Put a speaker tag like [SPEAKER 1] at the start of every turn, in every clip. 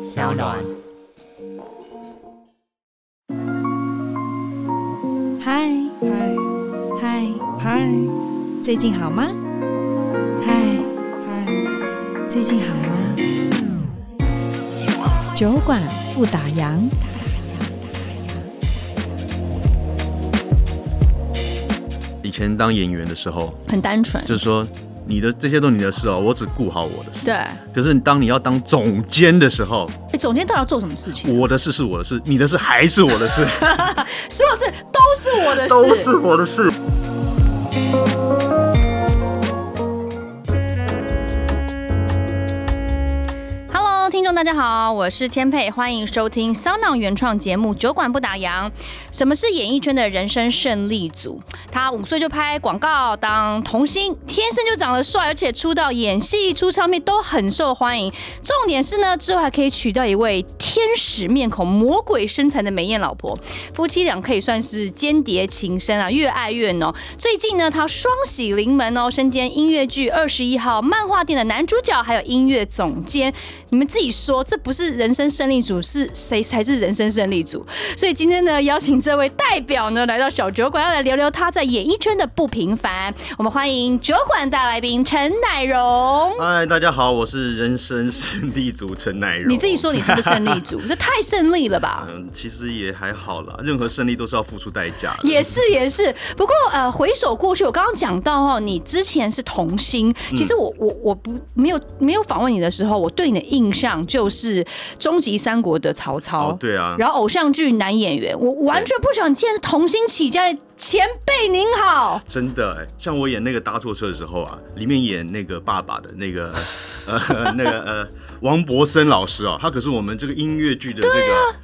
[SPEAKER 1] 小暖。
[SPEAKER 2] 嗨
[SPEAKER 3] 嗨
[SPEAKER 2] 嗨，
[SPEAKER 3] 嗨
[SPEAKER 2] 最近好吗？嗨，
[SPEAKER 3] 嗨，
[SPEAKER 2] 最近好吗？酒馆不打烊。
[SPEAKER 4] 以前当演员的时候，
[SPEAKER 5] 很单纯，
[SPEAKER 4] 就是说你的这些都你的事哦，我只顾好我的事。
[SPEAKER 5] 对。哎，
[SPEAKER 4] 可是你当你要当总监的时候，
[SPEAKER 5] 总监到底要做什么事情？
[SPEAKER 4] 我的事是我的事，你的事还是我的 事，
[SPEAKER 5] 所有事都是我的事，
[SPEAKER 4] 都是我的事。
[SPEAKER 5] Hello，听众大家好，我是千佩，欢迎收听骚浪原创节目《酒馆不打烊》。什么是演艺圈的人生胜利组？他五岁就拍广告当童星，天生就长得帅，而且出道、演戏、出唱片都很受欢迎。重点是呢，之后还可以娶到一位天使面孔、魔鬼身材的美艳老婆，夫妻俩可以算是间谍情深啊，越爱越浓。最近呢，他双喜临门哦，身兼音乐剧《二十一号》、漫画店的男主角，还有音乐总监。你们自己说，这不是人生胜利组，是谁才是人生胜利组？所以今天呢，邀请这位代表呢来到小酒馆，要来聊聊他在演艺圈的不平凡。我们欢迎酒馆大来宾陈乃荣。
[SPEAKER 4] 嗨，大家好，我是人生胜利组陈乃荣。
[SPEAKER 5] 你自己说你是不是胜利组？这太胜利了吧！
[SPEAKER 4] 嗯，其实也还好啦，任何胜利都是要付出代价的。
[SPEAKER 5] 也是也是，不过呃，回首过去，我刚刚讲到哦，你之前是童星，
[SPEAKER 4] 嗯
[SPEAKER 5] 其实我我我不没有没有访问你的时候，我对你的印象就是《终极三国》的曹操，
[SPEAKER 4] 哦对啊
[SPEAKER 5] 然后偶像剧男演员，我完全不想你竟然是童星起家的前辈，您好，
[SPEAKER 4] 真的、欸，像我演那个搭错车的时候啊，里面演那个爸爸的那个 呃那个呃王博森老师哦，他可是我们这个音乐剧的这个，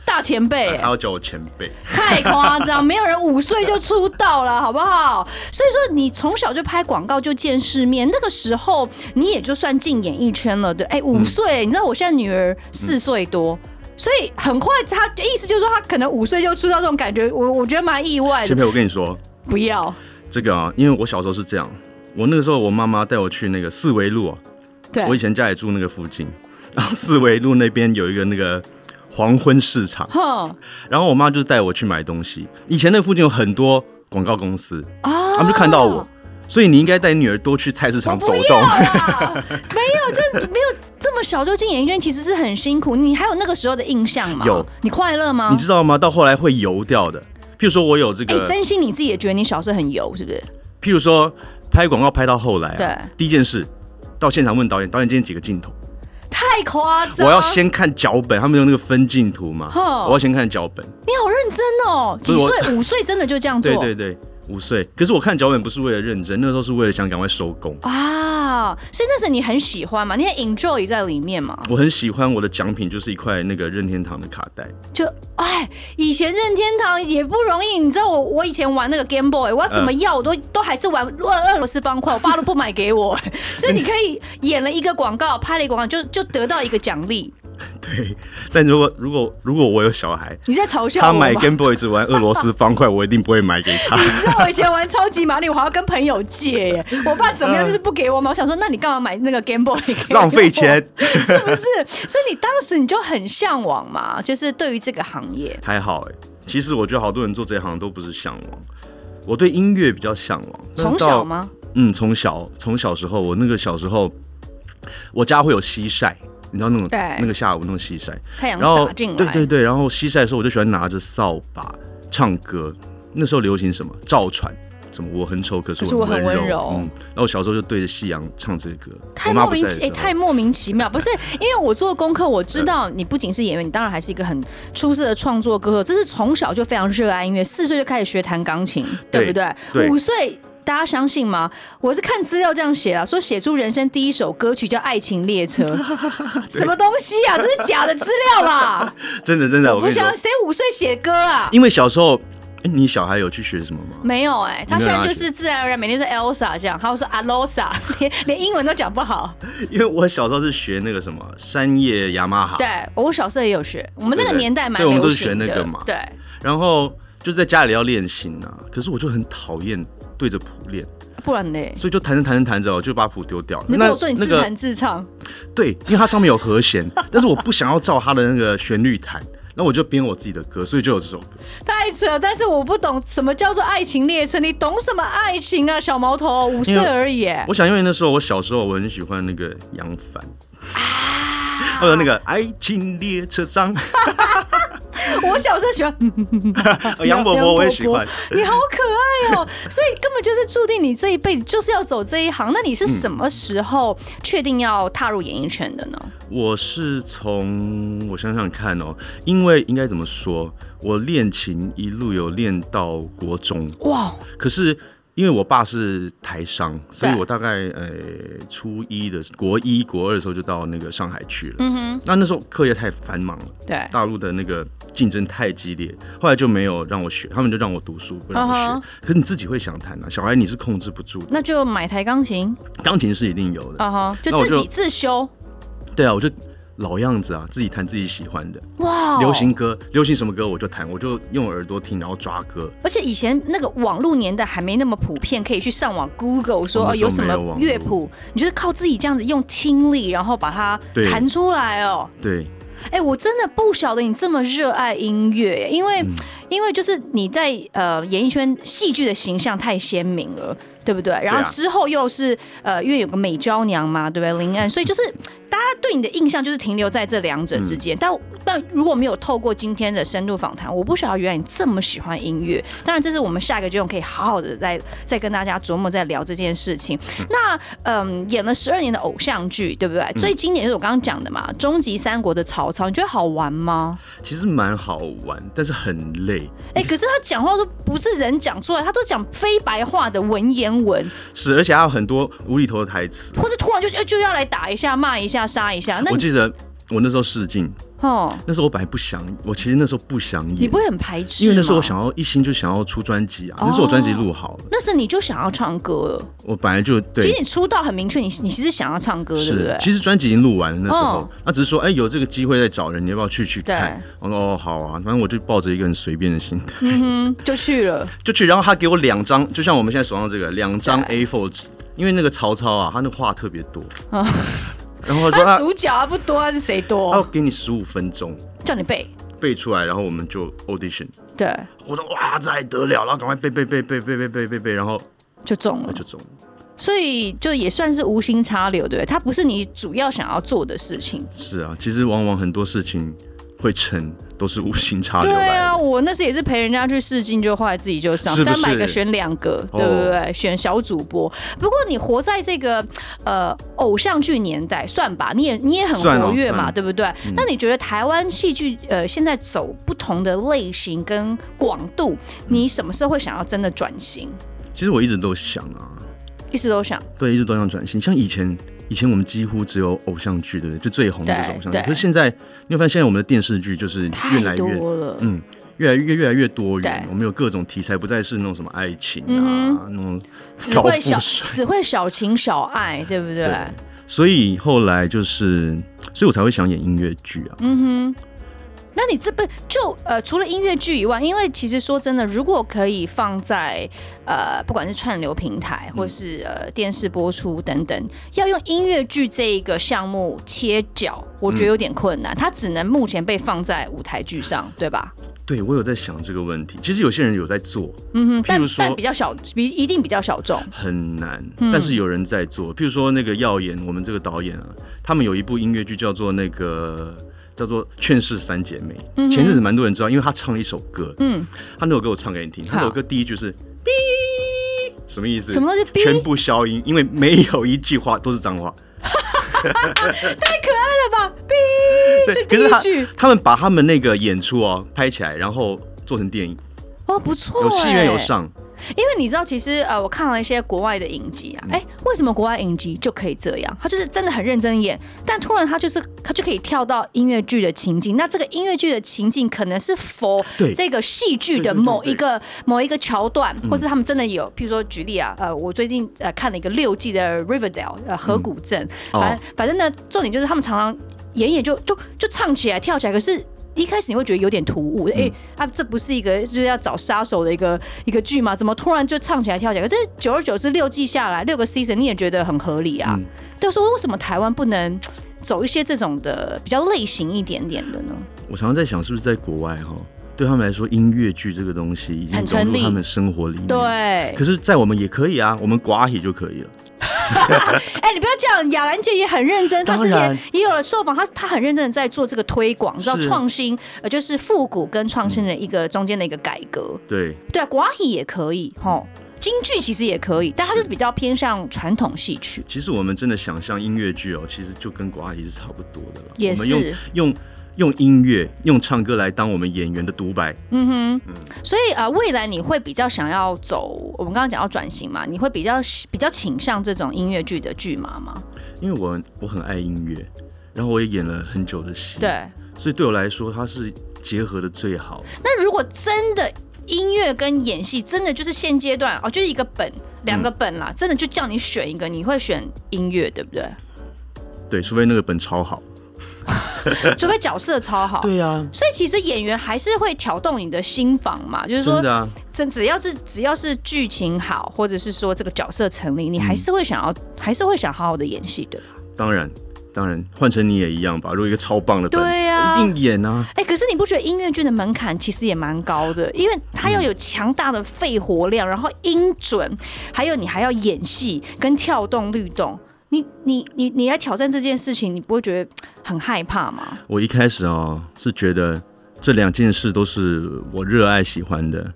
[SPEAKER 5] 大前辈、
[SPEAKER 4] 呃 他要叫我前辈。
[SPEAKER 5] 太夸张，没有人五岁就出道了，好不好？所以说你从小就拍广告就见世面，那个时候你也就算进演艺圈了，对？哎、
[SPEAKER 4] 嗯
[SPEAKER 5] 五岁，你知道我现在女儿四岁多。所以很快，她意思就是说，她可能五岁就出道这种感觉，我我觉得蛮意外
[SPEAKER 4] 前
[SPEAKER 5] 的。
[SPEAKER 4] 辈，我跟你说，
[SPEAKER 5] 不要，
[SPEAKER 4] 这个啊，因为我小时候是这样，我那个时候我妈妈带我去那个四维路、啊，
[SPEAKER 5] 对，
[SPEAKER 4] 我以前家里住那个附近， 然后四维路那边有一个那个黄昏市场，
[SPEAKER 5] 哼
[SPEAKER 4] 然后我妈就带我去买东西。以前那附近有很多广告公司，
[SPEAKER 5] 啊，
[SPEAKER 4] 他们就看到我，所以你应该带女儿多去菜市场走
[SPEAKER 5] 不要
[SPEAKER 4] 动。
[SPEAKER 5] 啦，没有，这没有这么小就进演艺圈，其实是很辛苦。你还有那个时候的印象吗？
[SPEAKER 4] 有，
[SPEAKER 5] 你快乐吗？
[SPEAKER 4] 你知道吗？到后来会油掉的。譬如说我有这
[SPEAKER 5] 哎、
[SPEAKER 4] 个，
[SPEAKER 5] 真心你自己也觉得你小时候很油，是不是？
[SPEAKER 4] 譬如说拍广告拍到后来、啊
[SPEAKER 5] 对，
[SPEAKER 4] 第一件事到现场问导演，导演今天几个镜头。
[SPEAKER 5] 太夸张！
[SPEAKER 4] 我要，先看脚本，他们用那个分镜图嘛，
[SPEAKER 5] 哦
[SPEAKER 4] 我要先看脚本。
[SPEAKER 5] 你好认真哦。几
[SPEAKER 4] 不是我
[SPEAKER 5] 岁？五岁真的就这样做？
[SPEAKER 4] 对对对，五岁。可是我看脚本不是为了认真，那时候是为了想赶快收工。
[SPEAKER 5] 啊，所以那时候你很喜欢嘛？你很 enjoy 在里面嘛？
[SPEAKER 4] 我很喜欢我的奖品就是一块那个任天堂的卡带，
[SPEAKER 5] 就哎，以前任天堂也不容易，你知道我我以前玩那个 Game Boy，我要怎么
[SPEAKER 4] 嗯
[SPEAKER 5] 要我都、都还是玩俄俄罗斯方块，我爸都不买给我。 所以你可以演了一个广告，拍了一个广告，就就得到一个奖励。
[SPEAKER 4] 对。但如果如果如果我有小孩，
[SPEAKER 5] 你在嘲笑
[SPEAKER 4] 他
[SPEAKER 5] 我吗？
[SPEAKER 4] 买 Game Boy 只玩俄罗斯方块，我一定不会买给他。
[SPEAKER 5] 你知道我以前玩超级玛丽，我还要跟朋友借耶。我爸怎么样就是不给我嘛。我想说，那你干嘛买那个 Game Boy？给我
[SPEAKER 4] 嗯浪费钱
[SPEAKER 5] 是不是？所以你当时你就很向往嘛，就是对于这个行业。
[SPEAKER 4] 还好哎、其实我觉得好多人做这行都不是向往，我对音乐比较向往。但
[SPEAKER 5] 从
[SPEAKER 4] 到
[SPEAKER 5] 小？吗？
[SPEAKER 4] 嗯，从小从小时候，我那个小时候，我家会有西晒，你知道那种
[SPEAKER 5] 对
[SPEAKER 4] 那个下午那种西晒，
[SPEAKER 5] 太阳
[SPEAKER 4] 然后
[SPEAKER 5] 洒进来，
[SPEAKER 4] 对对对，然后西晒的时候我就喜欢拿着扫把唱歌。那时候流行什么？赵传，什么我很丑，可是
[SPEAKER 5] 可是我
[SPEAKER 4] 我
[SPEAKER 5] 很
[SPEAKER 4] 很温柔。
[SPEAKER 5] 温柔
[SPEAKER 4] 嗯，然后我小时候就对着夕阳唱这个歌。
[SPEAKER 5] 太
[SPEAKER 4] 我妈
[SPEAKER 5] 莫
[SPEAKER 4] 不在
[SPEAKER 5] 名
[SPEAKER 4] 的
[SPEAKER 5] 其
[SPEAKER 4] 时
[SPEAKER 5] 哎、
[SPEAKER 4] 候，
[SPEAKER 5] 太莫名其 妙，不是因为我做功课，我知道你不仅是演员，你当然还是一个很出色的创作歌手，这是从小就非常热爱音乐，四岁就开始学弹钢琴，对
[SPEAKER 4] 对
[SPEAKER 5] 不对？
[SPEAKER 4] 对
[SPEAKER 5] 五岁。大家相信吗？我是看资料这样写啊，说写出人生第一首歌曲叫《爱情列车》， 什么东西啊？这是假的资料吧？
[SPEAKER 4] 真的真的，我
[SPEAKER 5] 不
[SPEAKER 4] 跟你说
[SPEAKER 5] 相，信，谁五岁写歌啊？
[SPEAKER 4] 因为小时候，哎你小孩有去学什么吗？
[SPEAKER 5] 没有哎、他
[SPEAKER 4] 你
[SPEAKER 5] 现
[SPEAKER 4] 没有拿
[SPEAKER 5] 在就
[SPEAKER 4] 去
[SPEAKER 5] 是自然而然每天是 Elsa 这样，还有说 Alosa，连 连英文都讲不好。
[SPEAKER 4] 因为我小时候是学那个什么山叶雅马哈，
[SPEAKER 5] 对，我小时候也有学，我们那个
[SPEAKER 4] 对对
[SPEAKER 5] 年代蛮
[SPEAKER 4] 对我们都
[SPEAKER 5] 流
[SPEAKER 4] 是
[SPEAKER 5] 行
[SPEAKER 4] 学那
[SPEAKER 5] 的
[SPEAKER 4] 个嘛
[SPEAKER 5] 对，
[SPEAKER 4] 然后就在家里要练琴啊。可是我就很讨厌对着谱练，
[SPEAKER 5] 不然嘞，
[SPEAKER 4] 所以就弹着弹着弹着哦，就把谱丢掉了。
[SPEAKER 5] 你跟我说你自
[SPEAKER 4] 个
[SPEAKER 5] 弹自唱，
[SPEAKER 4] 对，因为它上面有和 弦，但是我不想要照它的那个旋律弹，那我就编我自己的歌，所以就有这首 歌。
[SPEAKER 5] 太扯！但是我不懂什么叫做爱情列车，你懂什么爱情啊，小毛头？五岁
[SPEAKER 4] 因为
[SPEAKER 5] 而已耶，
[SPEAKER 4] 我想，因为那时候我小时候我很喜欢那个杨 帆，还有那个《爱情列车上》
[SPEAKER 5] 我小时候喜欢嗯
[SPEAKER 4] 呃，杨伯伯我也喜欢。
[SPEAKER 5] 你好可爱哦， 所以根本就是注定你这一辈子就是要走这一行。那你是什么时候确定要踏入演艺圈的呢？
[SPEAKER 4] 我是从我想想看哦，因为应该怎么说，我练琴一路有练到国中，
[SPEAKER 5] 哇，
[SPEAKER 4] 可是因为我爸是台商，所以
[SPEAKER 5] 对
[SPEAKER 4] 我大概呃初一的国一国二的时候就到那个上海去了。嗯哼，那那时候课业太繁忙了，
[SPEAKER 5] 对
[SPEAKER 4] 大陆的那个竞争太激烈，后来就没有让我学，他们就让我读书，不让我学。
[SPEAKER 5] 嗯哼
[SPEAKER 4] 可是你自己会想弹啊，小孩你是控制不住的，
[SPEAKER 5] 那就买台钢琴
[SPEAKER 4] 钢琴是一定有的。
[SPEAKER 5] 啊哈，就
[SPEAKER 4] 那我
[SPEAKER 5] 自
[SPEAKER 4] 就
[SPEAKER 5] 己自修
[SPEAKER 4] 对啊，我就老样子啊，自己弹自己喜欢的。
[SPEAKER 5] 哇，哦
[SPEAKER 4] 流行歌，流行什么歌我就弹，我就用耳朵听，然后抓歌。
[SPEAKER 5] 而且以前那个网络年代还没那么普遍，可以去上网 Google 说
[SPEAKER 4] 我
[SPEAKER 5] 哦
[SPEAKER 4] 那时候
[SPEAKER 5] 有什
[SPEAKER 4] 没有网络
[SPEAKER 5] 么乐谱，你就是靠自己这样子用听力，然后把它
[SPEAKER 4] 对
[SPEAKER 5] 弹出来哦。
[SPEAKER 4] 对，
[SPEAKER 5] 哎、我真的不晓得你这么热爱音乐耶，因为、
[SPEAKER 4] 嗯
[SPEAKER 5] 因为就是你在呃演艺圈戏剧的形象太鲜明了，对不对？然
[SPEAKER 4] 啊
[SPEAKER 5] 后之后又是呃，因为有个美娇娘嘛，对不对？林恩，所以就是大家对你的印象就是停留在这两者之间。
[SPEAKER 4] 嗯
[SPEAKER 5] 但但如果没有透过今天的深度访谈，我不晓得原来你这么喜欢音乐。当然，这是我们下一个阶段可以好好的再再跟大家琢磨再聊这件事情。那嗯，演了十二年的偶像剧，对不对？
[SPEAKER 4] 嗯
[SPEAKER 5] 最经典就是我刚刚讲的嘛，《终极三国》的曹操，你觉得好玩吗？
[SPEAKER 4] 其实蛮好玩，但是很累。
[SPEAKER 5] 哎、可是他讲话都不是人讲出来，他都讲非白话的文言文，
[SPEAKER 4] 是，而且还有很多无厘头的台词。
[SPEAKER 5] 或是突然就就就要来打一下、骂一下、杀一下。那
[SPEAKER 4] 我
[SPEAKER 5] 你
[SPEAKER 4] 记得我那时候试镜，
[SPEAKER 5] 哦，
[SPEAKER 4] 那时候我本来不想，我其实那时候不想
[SPEAKER 5] 你
[SPEAKER 4] 演
[SPEAKER 5] 不，会很排斥？
[SPEAKER 4] 因为那时候我。想要一心就想要出专辑啊，那时候我专辑
[SPEAKER 5] 哦
[SPEAKER 4] 录好了，
[SPEAKER 5] 那时你就想要唱歌了，
[SPEAKER 4] 我本来就
[SPEAKER 5] 其实
[SPEAKER 4] 对。
[SPEAKER 5] 你出道很明确，你你其实想要唱歌，对不
[SPEAKER 4] 是
[SPEAKER 5] 对，？
[SPEAKER 4] 其实专辑已经录完了，那时候
[SPEAKER 5] 哦，
[SPEAKER 4] 那只是说，哎，有这个机会再找人，你要不要去去看
[SPEAKER 5] 对？
[SPEAKER 4] 我说哦，好啊，反正我就抱着一个很随便的心态
[SPEAKER 5] 嗯，就去了。
[SPEAKER 4] 就去，然后他给我两张，就像我们现在手上这个两张
[SPEAKER 5] 对
[SPEAKER 4] A4 纸，因为那个曹操啊，他那话特别多，然后说
[SPEAKER 5] 哦他
[SPEAKER 4] 他哦
[SPEAKER 5] 主角啊不多，还是谁
[SPEAKER 4] 他要
[SPEAKER 5] 多？
[SPEAKER 4] 给你十五分钟
[SPEAKER 5] 叫你背，
[SPEAKER 4] 背出来，然后我们就 audition。
[SPEAKER 5] 对，
[SPEAKER 4] 我说哇，这还得了，然后赶快背背背背背背背背背，然后啊
[SPEAKER 5] 就中了
[SPEAKER 4] 我。就中了。
[SPEAKER 5] 所以就也算是无心插柳，对不对？它不是你主要想要做的事情。
[SPEAKER 4] 是啊，其实往往很多事情会成都是无心插柳
[SPEAKER 5] 对
[SPEAKER 4] 来
[SPEAKER 5] 啊，
[SPEAKER 4] 的。
[SPEAKER 5] 我那时也是陪人家去试镜，就后来自己就上
[SPEAKER 4] 是不
[SPEAKER 5] 三
[SPEAKER 4] 是
[SPEAKER 5] 百个选两个，
[SPEAKER 4] 哦
[SPEAKER 5] 对不对？选小主播。不过你活在这个呃偶像剧年代，算吧，你也你也很
[SPEAKER 4] 算哦
[SPEAKER 5] 活跃嘛，
[SPEAKER 4] 算嗯
[SPEAKER 5] 对不对？那你觉得台湾戏剧呃现在走不同的类型跟广度，你什么时候会想要真的转型？
[SPEAKER 4] 其实我一直都想啊，
[SPEAKER 5] 一直都想，
[SPEAKER 4] 对，一直都想转型。像以前，以前我们几乎只有偶像剧，对不对？就最红的就是偶像剧
[SPEAKER 5] 对。对
[SPEAKER 4] 可是现在，你有发现现在我们的电视剧就是越来
[SPEAKER 5] 太
[SPEAKER 4] 越
[SPEAKER 5] 多了。
[SPEAKER 4] 嗯，越来越越来越多元
[SPEAKER 5] 对，嗯
[SPEAKER 4] 我们有各种题材，不再是那种什么爱情啊，那种
[SPEAKER 5] 只会小
[SPEAKER 4] 高富帅
[SPEAKER 5] 只会小情小爱，对不对？
[SPEAKER 4] 对。所以后来就是，所以我才会想演音乐剧啊。
[SPEAKER 5] 那你这不就呃，除了音乐剧以外，因为其实说真的，如果可以放在呃，不管是串流平台或是呃电视播出等等，要用音乐剧这一个项目切角，我觉得有点困难，它只能目前被放在舞台剧上，对吧？
[SPEAKER 4] 对我有在想这个问题。其实有些人有在做，
[SPEAKER 5] 嗯哼，
[SPEAKER 4] 譬
[SPEAKER 5] 但
[SPEAKER 4] 如说
[SPEAKER 5] 但比较嗯小，比一定比较小众。
[SPEAKER 4] 很难，但是有人在做。譬如说那个耀眼，我们这个导演啊，他们有一部音乐剧叫做那个。叫做《劝世三姐妹》，
[SPEAKER 5] 嗯
[SPEAKER 4] 前阵子蛮多人知道，因为他唱了一首歌，嗯，他那首歌我唱给你听，他那首歌第一句是“哔”，什么意思？
[SPEAKER 5] 什么东西哔
[SPEAKER 4] 全部消音，因为没有一句话都是脏话。
[SPEAKER 5] 爸爸，哔，
[SPEAKER 4] 对，
[SPEAKER 5] 是
[SPEAKER 4] 可
[SPEAKER 5] 第
[SPEAKER 4] 是
[SPEAKER 5] 一
[SPEAKER 4] 他
[SPEAKER 5] 句
[SPEAKER 4] 他们把他们那个演出哦拍起来，然后做成电影，
[SPEAKER 5] 哦，不错、欸，
[SPEAKER 4] 有戏院有上，
[SPEAKER 5] 因为你知道，其实呃，我看了一些国外的影集
[SPEAKER 4] 嗯
[SPEAKER 5] 啊，哎、为什么国外影集就可以这样？他就是真的很认真演，但突然他就是他就可以跳到音乐剧的情境。那这个音乐剧的情境可能是否
[SPEAKER 4] 对
[SPEAKER 5] 这个戏剧
[SPEAKER 4] 对
[SPEAKER 5] 的
[SPEAKER 4] 对对
[SPEAKER 5] 某一个某一个桥段，
[SPEAKER 4] 嗯
[SPEAKER 5] 或是他们真的有，譬如说举例啊，呃，我最近呃看了一个六季的《Riverdale》呃河谷镇，
[SPEAKER 4] 哦
[SPEAKER 5] 反正、反正呢，重点就是他们常常演演就就就唱起来跳起来，可是。一开始你会觉得有点突兀，
[SPEAKER 4] 嗯
[SPEAKER 5] 哎、啊，这不是一个就是要找杀手的一个一个剧吗？怎么突然就唱起来跳起来？可是久而久之六季下来，六个 season 你也觉得很合理啊。
[SPEAKER 4] 嗯
[SPEAKER 5] 对，说为什么台湾不能走一些这种的比较类型一点点的呢？
[SPEAKER 4] 我常常在想，是不是在国外哈，对他们来说，音乐剧这个东西已经
[SPEAKER 5] 很
[SPEAKER 4] 融
[SPEAKER 5] 成
[SPEAKER 4] 入
[SPEAKER 5] 立
[SPEAKER 4] 他们生活里面。
[SPEAKER 5] 对，。
[SPEAKER 4] 可是，在我们也可以啊，我们寡喜就可以了。
[SPEAKER 5] 哎、你不要这样，雅兰姐也很认真，她
[SPEAKER 4] 当
[SPEAKER 5] 之
[SPEAKER 4] 然
[SPEAKER 5] 前也有了受访，她她很认真的在做这个推广，你知道
[SPEAKER 4] 是
[SPEAKER 5] 创新，呃，就是复古跟创新的一个中间的一个改革。
[SPEAKER 4] 对，
[SPEAKER 5] 对啊，国语也可以，吼，京剧其实也可以，但它就是比较偏向传统戏曲。
[SPEAKER 4] 其实我们真的想象音乐剧哦，其实就跟寡喜是差不多的了。
[SPEAKER 5] 也
[SPEAKER 4] 我们
[SPEAKER 5] 是
[SPEAKER 4] 用用用音乐、用唱歌来当我们演员的独白。
[SPEAKER 5] 所以呃，未来你会比较想要走，我们刚刚讲到转型嘛，你会比较比较倾向这种音乐剧的剧码吗？
[SPEAKER 4] 因为我我很爱音乐，然后我也演了很久的戏，，
[SPEAKER 5] 对。
[SPEAKER 4] 所以对我来说，它是结合的最好。
[SPEAKER 5] 那如果真的音乐跟演戏真的就是现阶段哦，就是一个本两个本
[SPEAKER 4] 嗯
[SPEAKER 5] 啦，真的就叫你选一个，你会选音乐，对不对？
[SPEAKER 4] 对，除非那个本超好。
[SPEAKER 5] 除非角色超好。
[SPEAKER 4] 对呀、
[SPEAKER 5] 所以其实演员还是会挑动你的心房嘛，就
[SPEAKER 4] 真
[SPEAKER 5] 是说，
[SPEAKER 4] 的啊，
[SPEAKER 5] 这只要是只要是剧情好，或者是说这个角色成立，
[SPEAKER 4] 嗯
[SPEAKER 5] 你还是会想要，还是会想好好的演戏，对吧？
[SPEAKER 4] 当然。当然，换成你也一样吧。如果一个超棒的本，
[SPEAKER 5] 对
[SPEAKER 4] 我
[SPEAKER 5] 呀
[SPEAKER 4] 一定演啊！
[SPEAKER 5] 哎、可是你不觉得音乐剧的门槛其实也蛮高的？因为它要有强大的肺活量，然后音准，还有你还要演戏跟跳动律动。你你你你来挑战这件事情，你不会觉得很害怕吗？
[SPEAKER 4] 我一开始哦是觉得这两件事都是我热爱喜欢的，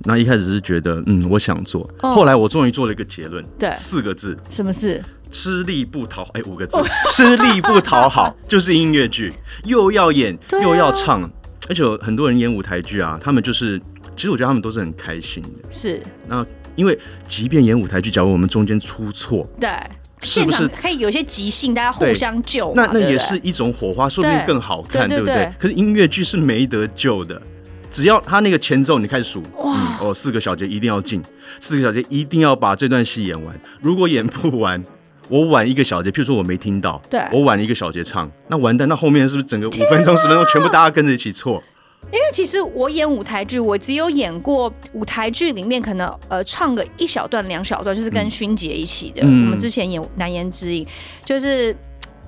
[SPEAKER 4] 那一开始是觉得嗯我想做，
[SPEAKER 5] 哦
[SPEAKER 4] 后来我终于做了一个结论，
[SPEAKER 5] 对
[SPEAKER 4] 四个字：
[SPEAKER 5] 什么事？
[SPEAKER 4] 吃力不讨哎，五个
[SPEAKER 5] 哦
[SPEAKER 4] 字， 吃力不讨好，就是音乐剧，又要演、
[SPEAKER 5] 对啊
[SPEAKER 4] 又要唱，而且有很多人演舞台剧啊，他们就是，其实我觉得他们都是很开心的。
[SPEAKER 5] 是
[SPEAKER 4] 那因为即便演舞台剧，假如我们中间出错，
[SPEAKER 5] 对，
[SPEAKER 4] 是不
[SPEAKER 5] 现
[SPEAKER 4] 是
[SPEAKER 5] 场可以有一些即兴，大家互
[SPEAKER 4] 对
[SPEAKER 5] 相救
[SPEAKER 4] 那
[SPEAKER 5] 嘛，
[SPEAKER 4] 那
[SPEAKER 5] 对不
[SPEAKER 4] 也
[SPEAKER 5] 对
[SPEAKER 4] 是一种火花，说不定
[SPEAKER 5] 对
[SPEAKER 4] 更好看，对
[SPEAKER 5] 对对
[SPEAKER 4] 不对
[SPEAKER 5] 对？
[SPEAKER 4] 可是音乐剧是没得救的。只要他那个前奏，你开始数，嗯，哦，四个小节一定要进，四个小节一定要把这段戏演完。如果演不完，我晚一个小节，譬如说我没听到，
[SPEAKER 5] 对
[SPEAKER 4] 我晚一个小节唱，那完蛋，那后面是不是整个五分钟、十分钟全部大家跟着一起错？
[SPEAKER 5] 因为其实我演舞台剧，我只有演过舞台剧里面可能呃唱个一小段、两小段，就是跟勋杰一起的。
[SPEAKER 4] 嗯
[SPEAKER 5] 我们之前演《难言之隐》，就是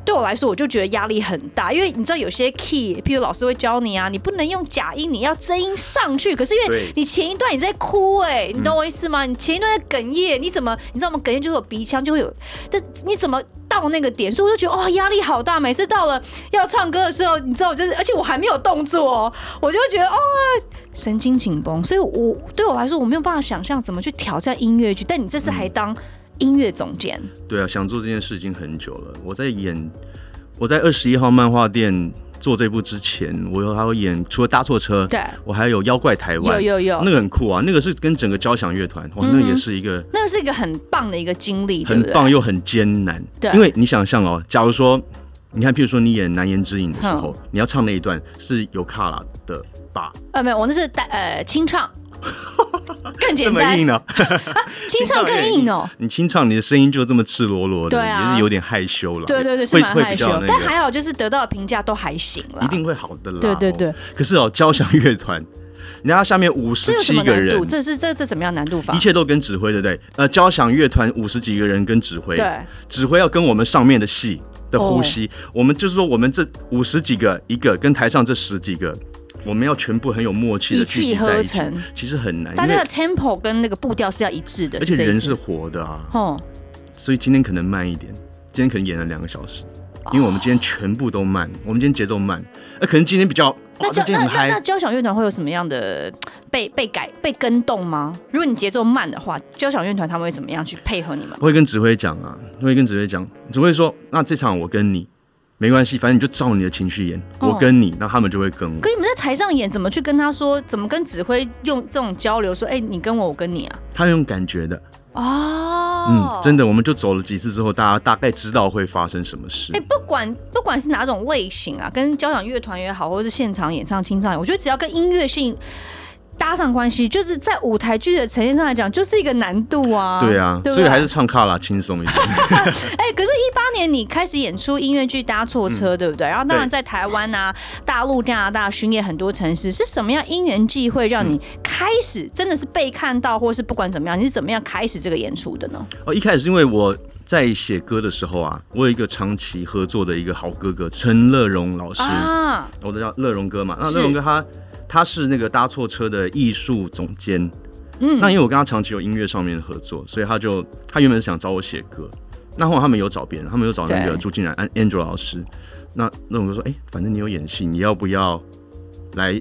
[SPEAKER 5] 对我来说，我就觉得压力很大，因为你知道有些 key，譬如老师会教你啊，你不能用假音，你要真音上去。可是因为
[SPEAKER 4] 对
[SPEAKER 5] 你前一段你在哭、哎，你懂我意思吗？你前一段在哽咽，你怎么你知道我们哽咽就会有鼻腔，就会有，但你怎么到那个点？所以我就觉得哇、哦压力好大。每次到了要唱歌的时候，你知道我就是，而且我还没有动作、哦，我就觉得哦，神经紧绷。所以我对我来说，我没有办法想象怎么去挑战音乐剧。但你这次还当音乐总监，
[SPEAKER 4] 对啊，想做这件事已经很久了。我在演，我在二十一号漫画店做这部之前，我有还有演，除了搭错车，
[SPEAKER 5] 对
[SPEAKER 4] 我还有妖怪台
[SPEAKER 5] 有
[SPEAKER 4] 湾，
[SPEAKER 5] 有有，
[SPEAKER 4] 那个很酷啊，那个是跟整个交响乐团，哇，那也是一个
[SPEAKER 5] 那是一个很棒的一个经历，对
[SPEAKER 4] 很
[SPEAKER 5] 不对？
[SPEAKER 4] 棒又很艰难。
[SPEAKER 5] 对
[SPEAKER 4] 因为你想象哦，假如说你看，譬如说你演《难言之隐》的时候，你要唱那一段是有卡拉的吧？
[SPEAKER 5] 呃，没有，我那是带呃 清唱，更
[SPEAKER 4] 这
[SPEAKER 5] 简
[SPEAKER 4] 么
[SPEAKER 5] 单，
[SPEAKER 4] 硬呢、啊
[SPEAKER 5] 清唱更硬哦。
[SPEAKER 4] 你清唱，你的声音就这么赤裸裸的，
[SPEAKER 5] 对啊
[SPEAKER 4] 也是有点害羞了。
[SPEAKER 5] 对对对，是
[SPEAKER 4] 会
[SPEAKER 5] 蛮
[SPEAKER 4] 会
[SPEAKER 5] 害
[SPEAKER 4] 比
[SPEAKER 5] 羞
[SPEAKER 4] 较，那个。
[SPEAKER 5] 但还好就是得到的评价都还行啦。
[SPEAKER 4] 一定会好的啦。
[SPEAKER 5] 对对对
[SPEAKER 4] 哦。可是哦，交响乐团，你看它下面五十
[SPEAKER 5] 这有
[SPEAKER 4] 七
[SPEAKER 5] 什么
[SPEAKER 4] 个
[SPEAKER 5] 难
[SPEAKER 4] 人
[SPEAKER 5] 度？，这是这这怎么样难度法
[SPEAKER 4] 一？切都跟指挥对不对？呃，交响乐团五十几个人跟指挥，
[SPEAKER 5] 对，哦
[SPEAKER 4] 指挥要跟我们上面的戏的呼吸，我们就是说我们这五十几个一个跟台上这十几个。我们要全部很有默契的
[SPEAKER 5] 一气
[SPEAKER 4] 聚集在一
[SPEAKER 5] 呵
[SPEAKER 4] 起
[SPEAKER 5] 成，
[SPEAKER 4] 其实很难，
[SPEAKER 5] 大
[SPEAKER 4] 因
[SPEAKER 5] 家
[SPEAKER 4] 为
[SPEAKER 5] 的 tempo 跟那个步调是要一致的，
[SPEAKER 4] 而且
[SPEAKER 5] 这意
[SPEAKER 4] 人
[SPEAKER 5] 思
[SPEAKER 4] 是活的啊，
[SPEAKER 5] 哦，
[SPEAKER 4] 所以今天可能慢一点，今天可能演了两个小时，因为我们今天全部都慢，我们今天节奏慢，呃，可能今天比较，
[SPEAKER 5] 那
[SPEAKER 4] 哦
[SPEAKER 5] 交
[SPEAKER 4] 今天
[SPEAKER 5] 那
[SPEAKER 4] 很
[SPEAKER 5] 那
[SPEAKER 4] 嗨
[SPEAKER 5] 那，交响乐团会有什么样的被被改被跟动吗？如果你节奏慢的话，交响乐团他们会怎么样去配合你们？
[SPEAKER 4] 我会跟指挥讲啊，我会跟指挥讲，指挥说，那这场我跟你没关系，反正你就照你的情绪演，
[SPEAKER 5] 哦
[SPEAKER 4] 我跟你，那他们就会跟我
[SPEAKER 5] 可。你们在台上演，怎么去跟他说？怎么跟指挥用这种交流？说，哎、你跟我，我跟你啊？
[SPEAKER 4] 他用感觉的，
[SPEAKER 5] 哦
[SPEAKER 4] 嗯，真
[SPEAKER 5] 的。
[SPEAKER 4] 的，我们就走了几次之后，大家大概知道会发生什么事
[SPEAKER 5] 哎、。不管不管是哪种类型啊，跟交响乐团也好，或者是现场演唱、清唱也好，我觉得只要跟音乐性搭上关系，就是在舞台剧的呈现上来讲，就是一个难度啊。
[SPEAKER 4] 对啊，
[SPEAKER 5] 对不
[SPEAKER 4] 所
[SPEAKER 5] 对
[SPEAKER 4] 以还是唱卡拉轻松一点。
[SPEAKER 5] 哎、可是，一八年你开始演出音乐剧搭错车，对不对？然后，当然
[SPEAKER 4] 嗯对
[SPEAKER 5] 在台湾啊、大陆、加拿大巡演很多城市，是什么样因缘际会让你开始真的是被看到，或是不管怎么样，你是怎么样开始这个演出的呢？
[SPEAKER 4] 哦，一开始是因为我在写歌的时候啊，我有一个长期合作的一个好哥哥陈乐荣老师，
[SPEAKER 5] 啊，
[SPEAKER 4] 我都叫乐荣哥嘛。那
[SPEAKER 5] 是
[SPEAKER 4] 乐荣哥他他是那个搭错车的艺术总监，嗯，那因为我跟他长期有音乐上面的合作，所以他就他原本是想找我写歌，那后来他们有找别人，他们有找那个
[SPEAKER 5] 对
[SPEAKER 4] 朱静然、安 Angel 老师。那乐荣哥说：“哎、反正你有演戏，你要不要来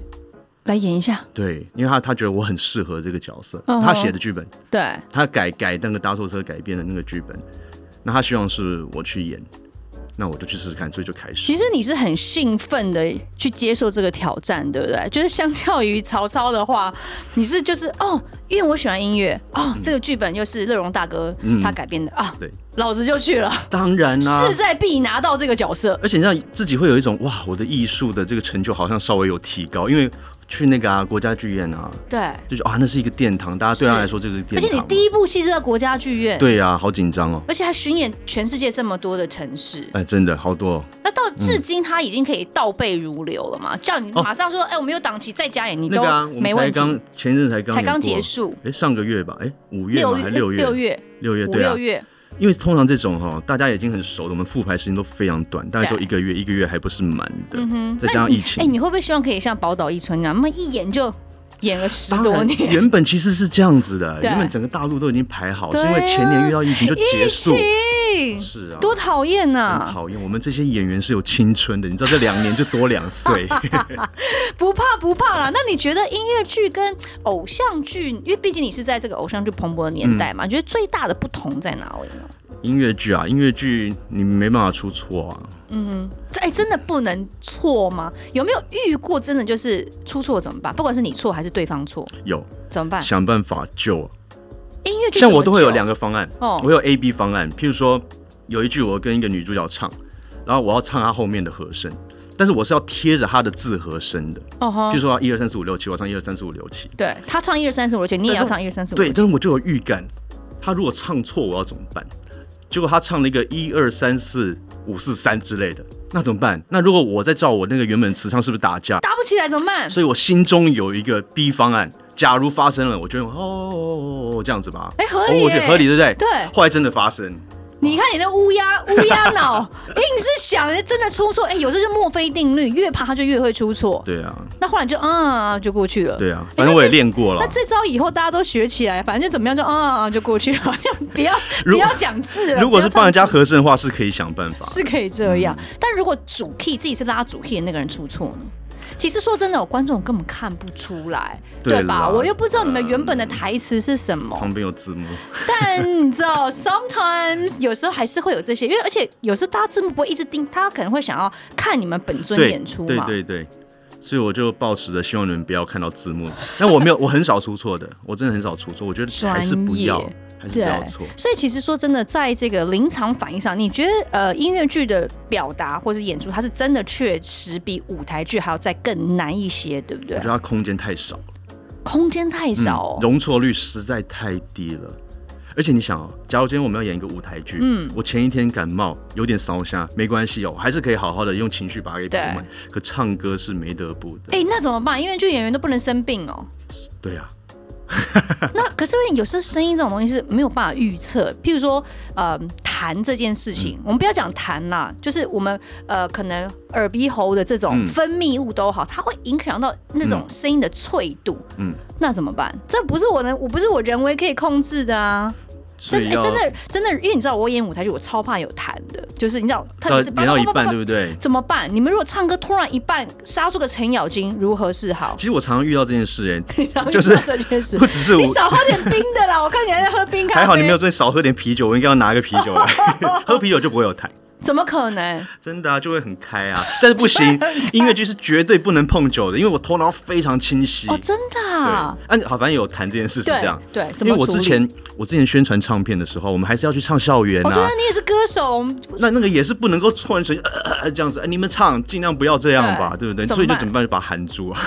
[SPEAKER 5] 来演一下，？”
[SPEAKER 4] 对，因为他他觉得我很适合这个角色，
[SPEAKER 5] 嗯哼
[SPEAKER 4] 他写的剧本。
[SPEAKER 5] 对，
[SPEAKER 4] 他改改那个搭错车改编的那个剧本，那他希望是我去演，那我就去试试看，所以就开始。
[SPEAKER 5] 其实你是很兴奋的去接受这个挑战，对不对？就是相较于曹操的话，你是就是哦，因为我喜欢音乐哦，这个剧本又是乐荣大哥他改编的啊，
[SPEAKER 4] 嗯对，
[SPEAKER 5] 老子就去了，
[SPEAKER 4] 当然啦、
[SPEAKER 5] 势在必拿到这个角色。
[SPEAKER 4] 而且你知道自己会有一种哇，我的艺术的这个成就好像稍微有提高，因为去那个啊国家剧院啊，
[SPEAKER 5] 对，
[SPEAKER 4] 就是啊那是一个殿堂，大家对他
[SPEAKER 5] 是
[SPEAKER 4] 来说就是殿
[SPEAKER 5] 而且
[SPEAKER 4] 堂
[SPEAKER 5] 你
[SPEAKER 4] 嘛。
[SPEAKER 5] 第一部戏是在国家剧院，
[SPEAKER 4] 对呀、好紧张哦，
[SPEAKER 5] 而且还巡演全世界这么多的城市，
[SPEAKER 4] 哎，真的好多、哦。
[SPEAKER 5] 那到至今他已经可以倒背如流了嘛？叫你
[SPEAKER 4] 哦
[SPEAKER 5] 马上说，哎，我们有档期再加演，你
[SPEAKER 4] 那
[SPEAKER 5] 都
[SPEAKER 4] 个啊，我们才
[SPEAKER 5] 没问题。
[SPEAKER 4] 刚前阵子才刚
[SPEAKER 5] 才刚
[SPEAKER 4] 演过
[SPEAKER 5] 结束，
[SPEAKER 4] 哎，上个月吧，哎，五月吗？还
[SPEAKER 5] 月
[SPEAKER 4] 是六月？
[SPEAKER 5] 六月
[SPEAKER 4] 六月
[SPEAKER 5] 五
[SPEAKER 4] 对啊
[SPEAKER 5] 六，月，
[SPEAKER 4] 因为通常这种哈，大家已经很熟了，我们复排时间都非常短，大概就
[SPEAKER 5] 对
[SPEAKER 4] 一个月，一个月还不是满的。再加上
[SPEAKER 5] 那你
[SPEAKER 4] 啊疫情，
[SPEAKER 5] 哎、你会不会希望可以像宝岛一村一样，那么一演就演了十
[SPEAKER 4] 当
[SPEAKER 5] 多
[SPEAKER 4] 然
[SPEAKER 5] 年？
[SPEAKER 4] 原本其实是这样子的，
[SPEAKER 5] 对
[SPEAKER 4] 原本整个大陆都已经排好，
[SPEAKER 5] 对啊
[SPEAKER 4] 是因为前年遇到疫情就结束。嗯
[SPEAKER 5] 疫情
[SPEAKER 4] 是啊，
[SPEAKER 5] 多讨厌
[SPEAKER 4] 很
[SPEAKER 5] 呐！
[SPEAKER 4] 讨厌我们这些演员是有青春的，你知道这两年就多两 岁。
[SPEAKER 5] 不怕不怕啦。那你觉得音乐剧跟偶像剧，因为毕竟你是在这个偶像剧蓬勃的年代
[SPEAKER 4] 嗯
[SPEAKER 5] 嘛，你觉得最大的不同在哪里呢？
[SPEAKER 4] 音乐剧啊，音乐剧你没办法出错啊，
[SPEAKER 5] 这哎、真的不能错吗？有没有遇过真的就是出错怎么办？不管是你错还是对方错
[SPEAKER 4] 有
[SPEAKER 5] 怎么办？
[SPEAKER 4] 想办法救。啊
[SPEAKER 5] 音乐剧
[SPEAKER 4] 像
[SPEAKER 5] 怎么
[SPEAKER 4] 我都会有
[SPEAKER 5] 救
[SPEAKER 4] 两个方案，
[SPEAKER 5] 哦
[SPEAKER 4] 我有 A、B 方案。譬如说，有一句我跟一个女主角唱，然后我要唱她后面的和声，但是我是要贴着她的字和声的。
[SPEAKER 5] 哦
[SPEAKER 4] 譬
[SPEAKER 5] 吼
[SPEAKER 4] 如，说一二三四五六七，我唱一二三四五六七。
[SPEAKER 5] 对他唱一二三四五六七，你也要唱一二三四五
[SPEAKER 4] 对，
[SPEAKER 5] 六七，
[SPEAKER 4] 但是我就有预感，她如果唱错，我要怎么办？结果她唱了一个一二三四五四三之类的，那怎么办？那如果我再照我那个原本词唱，是不是打架？
[SPEAKER 5] 搭不起来怎么办？
[SPEAKER 4] 所以我心中有一个 B 方案，假如发生了，我就用哦哦哦哦这样子吧。
[SPEAKER 5] 哎合理
[SPEAKER 4] 哦我觉
[SPEAKER 5] 耶
[SPEAKER 4] 得合理，对不对？
[SPEAKER 5] 对
[SPEAKER 4] 后来真的发生。
[SPEAKER 5] 你看你那乌鸦乌鸦脑， 硬是想着真的出错，哎、有这就墨菲定律，越怕他就越会出错。
[SPEAKER 4] 对啊，
[SPEAKER 5] 那后来就啊、就过去了。
[SPEAKER 4] 对啊
[SPEAKER 5] 哎，
[SPEAKER 4] 反正我也。练过
[SPEAKER 5] 那
[SPEAKER 4] 了
[SPEAKER 5] 这。那这招以后大家都学起来，反正怎么样就啊、就过去了，就不 要
[SPEAKER 4] 如
[SPEAKER 5] 不要讲字了。
[SPEAKER 4] 如果是帮人家
[SPEAKER 5] 不要
[SPEAKER 4] 和声的话，是可以想办法
[SPEAKER 5] 唱。是可以这样，但如果主 key 自己是拉主 key 的那个人出错呢？其实说真的，我观众根本看不出来，
[SPEAKER 4] 对啦
[SPEAKER 5] 吧？我又不知道你们原本的台词是什么。
[SPEAKER 4] 旁边有字幕，
[SPEAKER 5] 但你知道，sometimes 有时候还是会有这些，因为而且有时候大家字幕不会一直盯，他可能会想要看你们本尊
[SPEAKER 4] 对
[SPEAKER 5] 演出
[SPEAKER 4] 对
[SPEAKER 5] 嘛。
[SPEAKER 4] 对对，所以我就抱持着希望你们不要看到字幕。 但我没有，我很少出错的，我真的很少出错。我觉得还是不要
[SPEAKER 5] 专业，
[SPEAKER 4] 还是不要错。
[SPEAKER 5] 所以其实说真的，在这个临场反应上，你觉得呃音乐剧的表达或是演出，它是真的确实比舞台剧还要再更难一些，对不对
[SPEAKER 4] 我觉？得它嗯空间太少，
[SPEAKER 5] 空间太少、哦
[SPEAKER 4] 容错率实在太低了。而且你想哦，假如今天我们要演一个舞台剧，嗯，我前一天感冒有点烧瞎，没关系哦，我还是可以好好的用情绪把它给补
[SPEAKER 5] 对
[SPEAKER 4] 满。可唱歌是没得补的，
[SPEAKER 5] 哎、那怎么办？音乐剧演员都不能生病哦。
[SPEAKER 4] 对啊，
[SPEAKER 5] 那可是因为有时候声音这种东西是没有办法预测，譬如说，呃，痰这件事
[SPEAKER 4] 嗯
[SPEAKER 5] 情，我们不要讲痰啦，就是我们呃可能耳鼻喉的这种
[SPEAKER 4] 嗯
[SPEAKER 5] 分泌物都好，它会影响到那种声音的脆度。嗯
[SPEAKER 4] 嗯，
[SPEAKER 5] 那怎么办？这不是我能，我不是我人为可以控制的啊。
[SPEAKER 4] 所
[SPEAKER 5] 真
[SPEAKER 4] 以
[SPEAKER 5] 的、
[SPEAKER 4] 要
[SPEAKER 5] 真的真的，因为你知道我演舞台剧，我超怕有痰的，就是你知道，特
[SPEAKER 4] 到
[SPEAKER 5] 别是
[SPEAKER 4] 演到一半，对不对？
[SPEAKER 5] 怎么办？你们如果唱歌突然一半杀出个程咬金，如何是好？
[SPEAKER 4] 其实我常常遇到这件 事、哎，就
[SPEAKER 5] 就是这件事
[SPEAKER 4] 不。只 是我
[SPEAKER 5] 你，少喝点冰的啦！我看你还在喝冰咖啡。
[SPEAKER 4] 还好你没有最少喝点啤酒，我应该要拿一个啤 酒来，喝啤酒就不会有痰，
[SPEAKER 5] 怎么可能？哦
[SPEAKER 4] 真的、啊、就会很开啊。但是不行，音乐剧是绝对不能碰酒的，因为我头脑非常清晰。
[SPEAKER 5] 哦，真的
[SPEAKER 4] 对，
[SPEAKER 5] 啊、
[SPEAKER 4] 啊，好，反正有谈这件事是
[SPEAKER 5] 对
[SPEAKER 4] 这样。
[SPEAKER 5] 对怎
[SPEAKER 4] 因
[SPEAKER 5] 么
[SPEAKER 4] 为我
[SPEAKER 5] 处理
[SPEAKER 4] 之前我之前宣传唱片的时候，我们还是要去唱校园
[SPEAKER 5] 哦，对啊
[SPEAKER 4] 啊，，
[SPEAKER 5] 你也是歌手，
[SPEAKER 4] 那那个也是不能够呃突然间呃呃呃这样子，哎你们唱尽量不要这样吧，对
[SPEAKER 5] 对
[SPEAKER 4] 不对？
[SPEAKER 5] 怎么
[SPEAKER 4] 所以就
[SPEAKER 5] 办
[SPEAKER 4] 怎么办，就把它含住啊。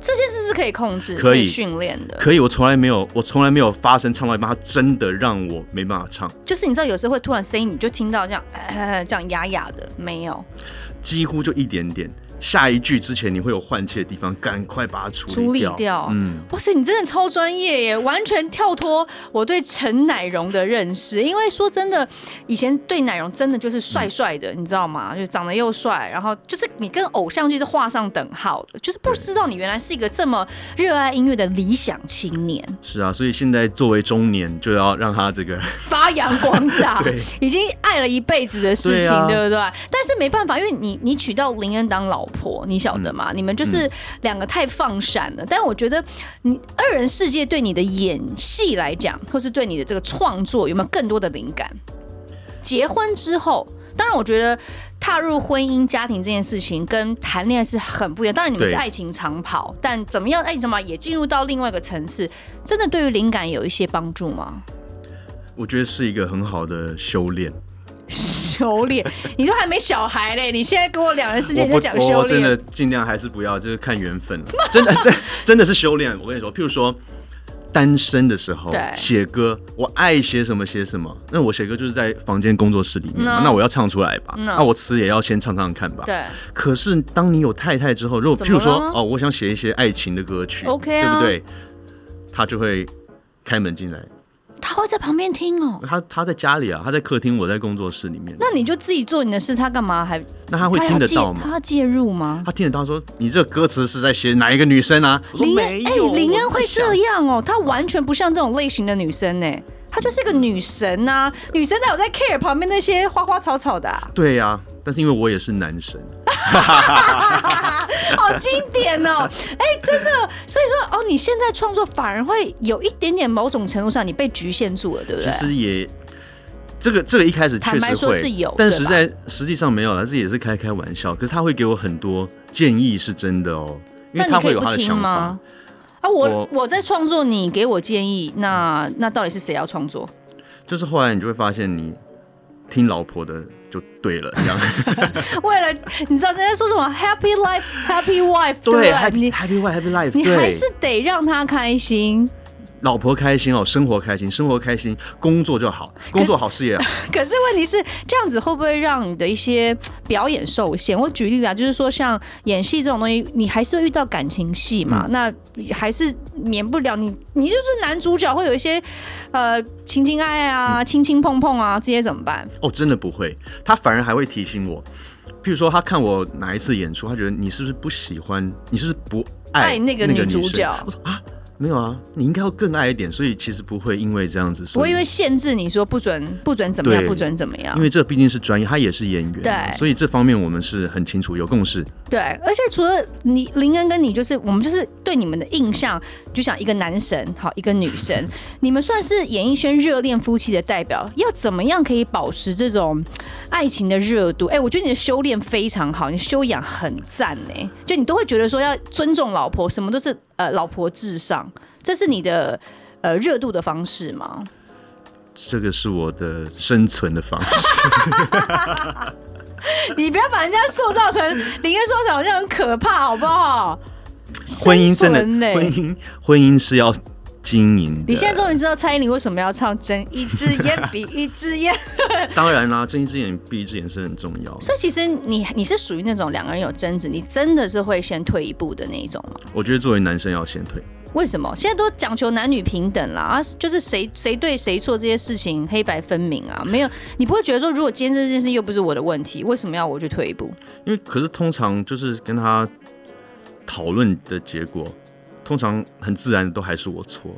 [SPEAKER 5] 这件事是可以控制、
[SPEAKER 4] 可以
[SPEAKER 5] 训练的。
[SPEAKER 4] 可以，我从来没有，我从来没有发生唱到一半，他真的让我没办法唱，
[SPEAKER 5] 就是你知道，有时候会突然声音，你就听到这样，呃、这样哑哑的，没有
[SPEAKER 4] 几乎就一点点。下一句之前你会有换气的地方，赶快把它处理
[SPEAKER 5] 处理
[SPEAKER 4] 掉。
[SPEAKER 5] 掉。
[SPEAKER 4] 嗯，
[SPEAKER 5] 哇塞，你真的超专业耶，完全跳脱我对陈乃荣的认识。因为说真的，以前对乃荣真的就是帅帅的，你知道吗？就长得又帅，然后就是你跟偶像剧是画上等号的，就是不知道你原来是一个这么热爱音乐的理想青年，
[SPEAKER 4] 是啊，所以现在作为中年，就要让他这个
[SPEAKER 5] 发扬光大
[SPEAKER 4] 对，
[SPEAKER 5] 已经爱了一辈子的事
[SPEAKER 4] 对
[SPEAKER 5] 情，
[SPEAKER 4] 啊
[SPEAKER 5] 对不对？但是没办法，因为你你娶到林恩当老婆，你晓得
[SPEAKER 4] 嗯
[SPEAKER 5] 吗？你们就是两个太放闪了。但我觉得嗯你二人世界对你的演戏来讲，或是对你的这个创作，有没有更多的灵感？结婚之后，当然我觉得。踏入婚姻家庭这件事情跟谈恋爱是很不一样，当然你们是
[SPEAKER 4] 对
[SPEAKER 5] 爱情长跑，但怎么样爱情长跑也进入到另外一个层次，真的对于灵感有一些帮助吗？
[SPEAKER 4] 我觉得是一个很好的修炼。
[SPEAKER 5] 修炼，你都还没小孩嘞，你现在跟我两人世界
[SPEAKER 4] 我
[SPEAKER 5] 你在讲
[SPEAKER 4] 不，
[SPEAKER 5] 修
[SPEAKER 4] 我真的
[SPEAKER 5] 炼，
[SPEAKER 4] 尽量还是不要，就是看缘分了。 真的，真真的是修炼。我跟你说，譬如说单身的时候
[SPEAKER 5] 对
[SPEAKER 4] 写歌，我爱写什么写什么。那我写歌就是在房间工作室里面嘛，
[SPEAKER 5] 嗯
[SPEAKER 4] 那我要唱出来吧，
[SPEAKER 5] 嗯
[SPEAKER 4] 那我词也要先唱唱看吧。
[SPEAKER 5] 对
[SPEAKER 4] 可是当你有太太之后，如果
[SPEAKER 5] 怎
[SPEAKER 4] 譬
[SPEAKER 5] 么了
[SPEAKER 4] 如说哦，我想写一些爱情的歌曲
[SPEAKER 5] OK
[SPEAKER 4] 对不
[SPEAKER 5] 啊
[SPEAKER 4] 对？他就会开门进来，
[SPEAKER 5] 他会在旁边听哦。
[SPEAKER 4] 他他在家里啊，他在客厅，我在工作室里面。
[SPEAKER 5] 那你就自己做你的事，他干嘛还？
[SPEAKER 4] 那他会听得到吗
[SPEAKER 5] 他？要介入吗？
[SPEAKER 4] 他听得到说你这个歌词是在写哪一个女生啊？我说
[SPEAKER 5] 林恩哎
[SPEAKER 4] 没有，
[SPEAKER 5] 林恩
[SPEAKER 4] 我在
[SPEAKER 5] 会
[SPEAKER 4] 想
[SPEAKER 5] 这。样哦，她完全不像这种类型的女生呢，她就是个女神呐、女神哪有在 care 旁边那些花花草草 的、啊？
[SPEAKER 4] 对呀、但是因为我也是男生，
[SPEAKER 5] 好经典哦！哎、真的，所以说哦，你现在创作反而会有一点点某种程度上你被局限住了，对不
[SPEAKER 4] 其
[SPEAKER 5] 对？
[SPEAKER 4] 实也这个这个一开始确
[SPEAKER 5] 坦白
[SPEAKER 4] 实
[SPEAKER 5] 说
[SPEAKER 4] 会
[SPEAKER 5] 是有
[SPEAKER 4] 但
[SPEAKER 5] 对
[SPEAKER 4] 实
[SPEAKER 5] 吧
[SPEAKER 4] 在实际上没有了，这也是开开玩笑。可是他会给我很多建议，是真的哦，因
[SPEAKER 5] 那
[SPEAKER 4] 为
[SPEAKER 5] 你
[SPEAKER 4] 他
[SPEAKER 5] 可
[SPEAKER 4] 会
[SPEAKER 5] 以
[SPEAKER 4] 有
[SPEAKER 5] 不
[SPEAKER 4] 他的
[SPEAKER 5] 听
[SPEAKER 4] 想法
[SPEAKER 5] 吗。？啊，我
[SPEAKER 4] 我
[SPEAKER 5] 我在创作，你给我建议，那那到底是谁要创作？
[SPEAKER 4] 就是后来你就会发现，你听老婆的就对了，这样
[SPEAKER 5] 为了你知道人家说什么 “happy life, happy wife”，
[SPEAKER 4] 对
[SPEAKER 5] 不对？
[SPEAKER 4] ，Happy
[SPEAKER 5] 你
[SPEAKER 4] Happy Wife Happy Life，
[SPEAKER 5] 你还
[SPEAKER 4] 对，
[SPEAKER 5] 是得让他开心。
[SPEAKER 4] 老婆开心哦，生活开心，生活开心，工作就好，工作好，事 业好。
[SPEAKER 5] 可是问题是，这样子会不会让你的一些表演受限？我举例啊，就是说像演戏这种东西，你还是会遇到感情戏嘛，
[SPEAKER 4] 嗯
[SPEAKER 5] 那还是免不了你，你就是男主角会有一些呃情情爱爱啊、亲亲碰碰啊这些怎么办？
[SPEAKER 4] 哦，真的不会，他反而还会提醒我。譬如说，他看我哪一次演出，他觉得你是不是不喜欢，你是不是不爱
[SPEAKER 5] 爱那个女主
[SPEAKER 4] 生
[SPEAKER 5] 角
[SPEAKER 4] 我说啊，没有啊，你应该要更爱一点。所以其实不会因为这样子，
[SPEAKER 5] 不
[SPEAKER 4] 所
[SPEAKER 5] 会
[SPEAKER 4] 以
[SPEAKER 5] 因为限制你说不准不准怎么
[SPEAKER 4] 嗯
[SPEAKER 5] 样，
[SPEAKER 4] 对
[SPEAKER 5] 不准怎么样
[SPEAKER 4] 因。为这毕竟是专业，他也是演员啊，
[SPEAKER 5] 对
[SPEAKER 4] 所以这方面我们是很清楚有共识。
[SPEAKER 5] 对，而且除了你林恩跟你，就是我们就是对你们的印象，就想一个男神好，一个女神，你们算是演艺圈热恋夫妻的代表。要怎么样可以保持这种爱情的热度？哎，我觉得你的修炼非常好，你修养很赞哎，就你都会觉得说要尊重老婆，什么都是呃老婆至上，这是你的呃热度的方式吗？
[SPEAKER 4] 这个是我的生存的方式。
[SPEAKER 5] 你不要把人家塑造成林恩说的好像很可怕，好不好？
[SPEAKER 4] 婚姻真的
[SPEAKER 5] 生存嘞，
[SPEAKER 4] 婚姻婚姻是要经营的。
[SPEAKER 5] 你现在终于知道蔡依林为什么要唱《睁一只眼闭一只眼》，
[SPEAKER 4] 当然啦，睁一只眼闭一只眼是很重要的。
[SPEAKER 5] 所以其实你你是属于那种两个人有争执，你真的是会先退一步的那一种吗？
[SPEAKER 4] 我觉得作为男生要先退。
[SPEAKER 5] 为什么现在都讲求男女平等啦？啊，就是谁谁对谁错这些事情黑白分明啊，没有你不会觉得说，如果今天这件事又不是我的问题，为什么要我去退一步？
[SPEAKER 4] 因为可是通常就是跟他讨论的结果，通常很自然的都还是我 错，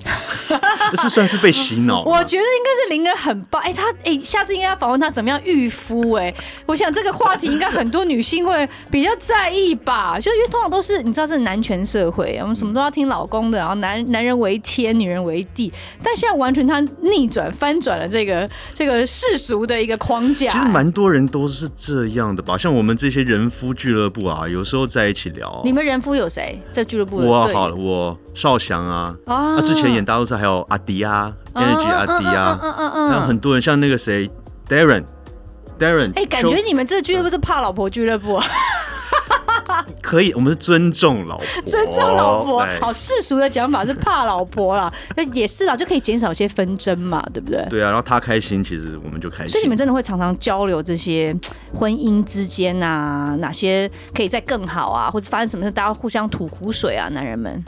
[SPEAKER 4] 这算是被洗脑吗。
[SPEAKER 5] 我觉得应该是林恩很棒，哎、他哎、下次应该要访问他怎么样育夫、哎， 我想这个话题应该很多女性会比较在意吧，就因为通常都是你知道这是男权社会，我们
[SPEAKER 4] 嗯
[SPEAKER 5] 什么都要听老公的，然后男男人为天，女人为地，但现在完全他逆转翻转了这个这个世俗的一个框架、
[SPEAKER 4] 其实
[SPEAKER 5] 哎
[SPEAKER 4] 蛮多人都是这样的吧，像我们这些人夫俱乐部啊，有时候在一起聊。
[SPEAKER 5] 你们人夫有谁？这俱乐部的
[SPEAKER 4] 我啊
[SPEAKER 5] 队
[SPEAKER 4] 好了，我少翔啊，
[SPEAKER 5] 啊
[SPEAKER 4] 啊，之前演大陆赛还有阿迪啊
[SPEAKER 5] 嗯
[SPEAKER 4] ，Energy 阿迪
[SPEAKER 5] 嗯
[SPEAKER 4] 啊，
[SPEAKER 5] 嗯嗯
[SPEAKER 4] 那
[SPEAKER 5] 嗯嗯。
[SPEAKER 4] 很多人像那个谁，Darren，Darren，
[SPEAKER 5] 哎哎、感觉你们这个俱乐部是怕老婆俱乐部啊！
[SPEAKER 4] 可以，我们是尊重老婆，
[SPEAKER 5] 尊重老婆
[SPEAKER 4] 哎，
[SPEAKER 5] 好世俗的讲法是怕老婆 啦，那也是啦，就可以减少一些纷争嘛，对不对？
[SPEAKER 4] 对啊，然后他开心，其实我们就开心。
[SPEAKER 5] 所以你们真的会常常交流这些婚姻之间啊，哪些可以再更好啊，或者发生什么事，大家互相吐苦水啊，男人们。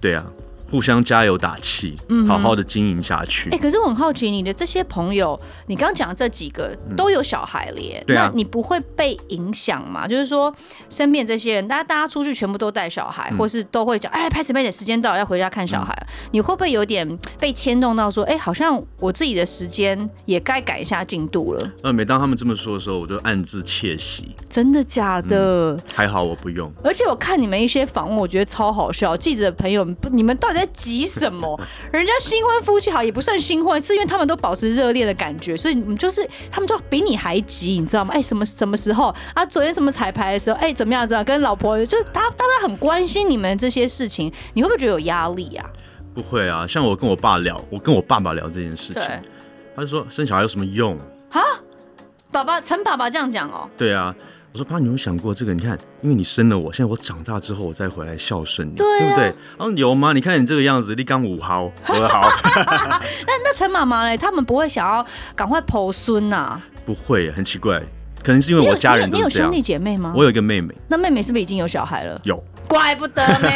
[SPEAKER 4] 对啊，互相加油打气，好好的经营下去。
[SPEAKER 5] 嗯哎、可是我很好奇，你的这些朋友，你刚刚讲的这几个都有小孩了耶，
[SPEAKER 4] 嗯对啊
[SPEAKER 5] 那你不会被影响吗？就是说，身边这些人，大家大家出去全部都带小孩，
[SPEAKER 4] 嗯
[SPEAKER 5] 或是都会讲，哎，拍什拍点，时间到了要回家看小孩，你会不会有点被牵动到说，哎，好像我自己的时间也该赶一下进度了？
[SPEAKER 4] 那、呃每当他们这么说的时候，我就暗自窃喜。
[SPEAKER 5] 真的假的？
[SPEAKER 4] 还好我不用，
[SPEAKER 5] 而且我看你们一些访问，我觉得超好笑。记者朋友们，不你们到底在急什 么？人家新婚夫妻好也不算新婚，是因为他们都保持热烈的感觉，所以你们就是他们就比你还急，你知道吗？哎、什么什么时候啊？昨天什么彩排的时候？哎、怎么样？怎么样？跟老婆就是他，大家很关心你们这些事情，你会不会觉得有压力啊？
[SPEAKER 4] 不会啊。像我跟我爸聊，我跟我爸爸聊这件事情
[SPEAKER 5] 对，
[SPEAKER 4] 他就说生小孩有什么用？
[SPEAKER 5] 爸爸陈爸爸这样讲哦，
[SPEAKER 4] 对啊，我说爸，你有没有想过这个？你看，因为你生了我，现在我长大之后，我再回来孝顺你，对,、
[SPEAKER 5] 啊
[SPEAKER 4] 不对？然后有吗？你看你这个样子，你刚五毫，我好，
[SPEAKER 5] 那那陈妈妈嘞，他们不会想要赶快剖孙呐？
[SPEAKER 4] 不会，很奇怪，可能是因为
[SPEAKER 5] 你有
[SPEAKER 4] 我家人
[SPEAKER 5] 你
[SPEAKER 4] 都
[SPEAKER 5] 有你有
[SPEAKER 4] 是这样
[SPEAKER 5] 兄。弟姐妹吗？
[SPEAKER 4] 我有一个妹妹，
[SPEAKER 5] 那妹妹是不是已经有小孩了？
[SPEAKER 4] 有，
[SPEAKER 5] 怪不得呢，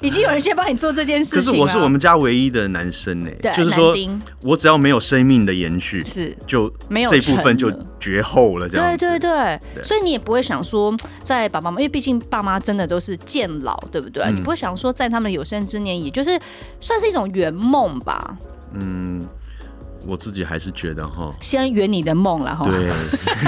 [SPEAKER 5] 已经有人先帮你做这件
[SPEAKER 4] 可
[SPEAKER 5] 事
[SPEAKER 4] 是
[SPEAKER 5] 情了。
[SPEAKER 4] 我是我们家唯一的男生呢、
[SPEAKER 5] 啊对
[SPEAKER 4] 就是说
[SPEAKER 5] 男丁
[SPEAKER 4] 我只要没有生命的延续，
[SPEAKER 5] 是
[SPEAKER 4] 就
[SPEAKER 5] 没有
[SPEAKER 4] 这一部分
[SPEAKER 5] 成
[SPEAKER 4] 就
[SPEAKER 5] 了
[SPEAKER 4] 绝后了，这样
[SPEAKER 5] 对
[SPEAKER 4] 子。
[SPEAKER 5] 对对，
[SPEAKER 4] 对
[SPEAKER 5] 所以你也不会想说在爸爸妈妈，因为毕竟爸妈真的都是渐老，对不对？你不会想说在他们有生之年，也就是算是一种圆梦吧，
[SPEAKER 4] 嗯，我自己还是觉得哈，
[SPEAKER 5] 先圆你的梦了哈。
[SPEAKER 4] 对，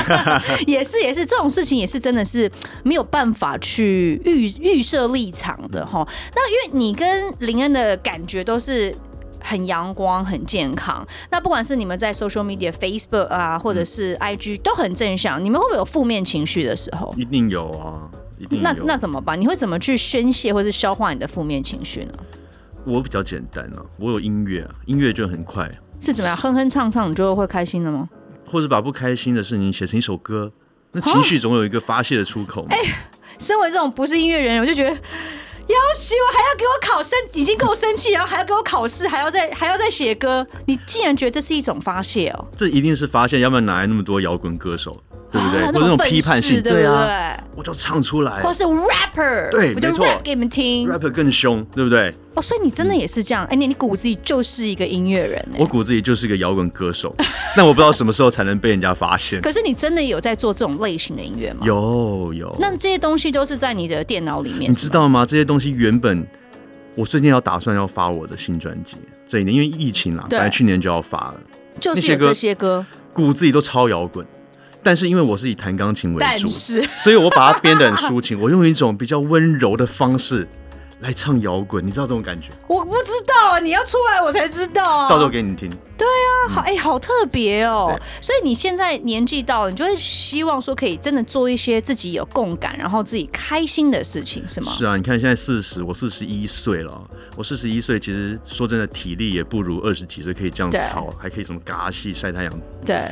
[SPEAKER 5] 也是也是，这种事情也是真的是没有办法去预预设立场的哈。那因为你跟林恩的感觉都是。很阳光，很健康。那不管是你们在 social media、Facebook 啊，或者是 IG，都很正向。你们会不会有负面情绪的时候？
[SPEAKER 4] 一定有啊，一定有。
[SPEAKER 5] 那那怎么办？你会怎么去宣泄或是消化你的负面情绪呢？
[SPEAKER 4] 我比较简单啊，我有音乐啊，音乐就很快，
[SPEAKER 5] 是怎么样哼哼唱唱，你就会开心了吗？
[SPEAKER 4] 或者把不开心的事情写成一首歌，那情绪总有一个发泄的出口
[SPEAKER 5] 哦
[SPEAKER 4] 嘛。
[SPEAKER 5] 身为这种不是音乐人，我就觉得。要求我还要给我考生，已经够生气，然后还要给我考试，还要再还要再写歌，你竟然觉得这是一种发泄哦，
[SPEAKER 4] 这一定是发泄，要不然哪来那么多摇滚歌手，对不对？
[SPEAKER 5] 啊
[SPEAKER 4] 或者那种
[SPEAKER 5] 愤
[SPEAKER 4] 批判
[SPEAKER 5] 世
[SPEAKER 4] 性，
[SPEAKER 5] 对不对？
[SPEAKER 4] 啊，我就唱出来
[SPEAKER 5] 或是 rapper，
[SPEAKER 4] 对
[SPEAKER 5] 我就
[SPEAKER 4] 没错
[SPEAKER 5] rap 给你们听。
[SPEAKER 4] ，rapper 更凶，对不对？
[SPEAKER 5] 哦，所以你真的也是这样，哎、你你骨子里就是一个音乐人哎、
[SPEAKER 4] 我骨子里就是个摇滚歌手， 但我不知道什么时候才能被人家发 现。
[SPEAKER 5] 可是你真的有在做这种类型的音乐吗？。
[SPEAKER 4] 有有，
[SPEAKER 5] 那这些东西都是在你的电脑里面，
[SPEAKER 4] 你知道吗？这些东西原本我最近要打算要发我的新专辑，这一年因为疫情啦，
[SPEAKER 5] 对
[SPEAKER 4] 本来去年就要发了，
[SPEAKER 5] 就是有这些歌，
[SPEAKER 4] 骨子里都超摇滚。但是因为我是以弹钢琴为
[SPEAKER 5] 但
[SPEAKER 4] 主，
[SPEAKER 5] 是
[SPEAKER 4] 所以我把它编得很抒情，我用一种比较温柔的方式来唱摇滚，你知道这种感觉？
[SPEAKER 5] 我不知道啊，你要出来我才知道啊。
[SPEAKER 4] 到时候给你听。
[SPEAKER 5] 好哎、好特别哦
[SPEAKER 4] 对！
[SPEAKER 5] 所以你现在年纪到了，你就会希望说可以真的做一些自己有共感，然后自己开心的事情，是吗？
[SPEAKER 4] 是啊，你看现在四十，我四十一岁了啊，我四十一岁，其实说真的，体力也不如二十几岁可以这样
[SPEAKER 5] 对
[SPEAKER 4] 操，还可以什么嘎戏晒太阳，
[SPEAKER 5] 对，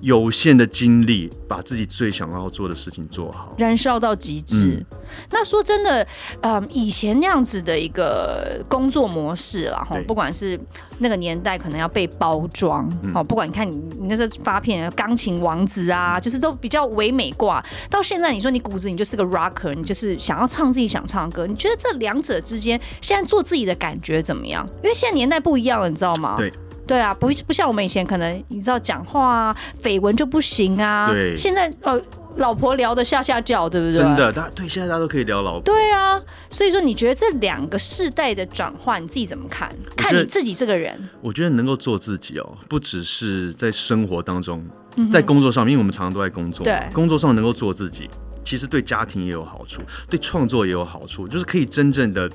[SPEAKER 4] 有限的精力把自己最想要做的事情做好。
[SPEAKER 5] 燃烧到极致。
[SPEAKER 4] 嗯
[SPEAKER 5] 那说真的，嗯，以前那样子的一个工作模式啦，哈
[SPEAKER 4] 对，
[SPEAKER 5] 不管是那个年代可能要被包装，
[SPEAKER 4] 嗯
[SPEAKER 5] 哦、不管你看你你那时候发片钢琴王子
[SPEAKER 4] 嗯
[SPEAKER 5] 啊，就是都比较唯美挂。到现在你说你骨子你就是个 rocker，你就是想要唱自己想唱的歌，你觉得这两者之间现在做自己的感觉怎么样？因为现在年代不一样了，你知道吗？
[SPEAKER 4] 对。
[SPEAKER 5] 对啊，不不像我们以前可能你知道讲话啊，绯闻就不行啊。
[SPEAKER 4] 对
[SPEAKER 5] 现在呃，老婆聊得下下叫，对不对？
[SPEAKER 4] 真。的，大家对现在大家都可以聊老婆。
[SPEAKER 5] 对啊，所以说你觉得这两个世代的转换，你自己怎么看？
[SPEAKER 4] 我觉得
[SPEAKER 5] 看你自己这个人，
[SPEAKER 4] 我觉得能够做自己哦，不只是在生活当中，在工作上面，因为我们常常都在工作嘛，
[SPEAKER 5] 嗯对
[SPEAKER 4] 工作上能够做自己，其实对家庭也有好处，对创作也有好处，就是可以真正的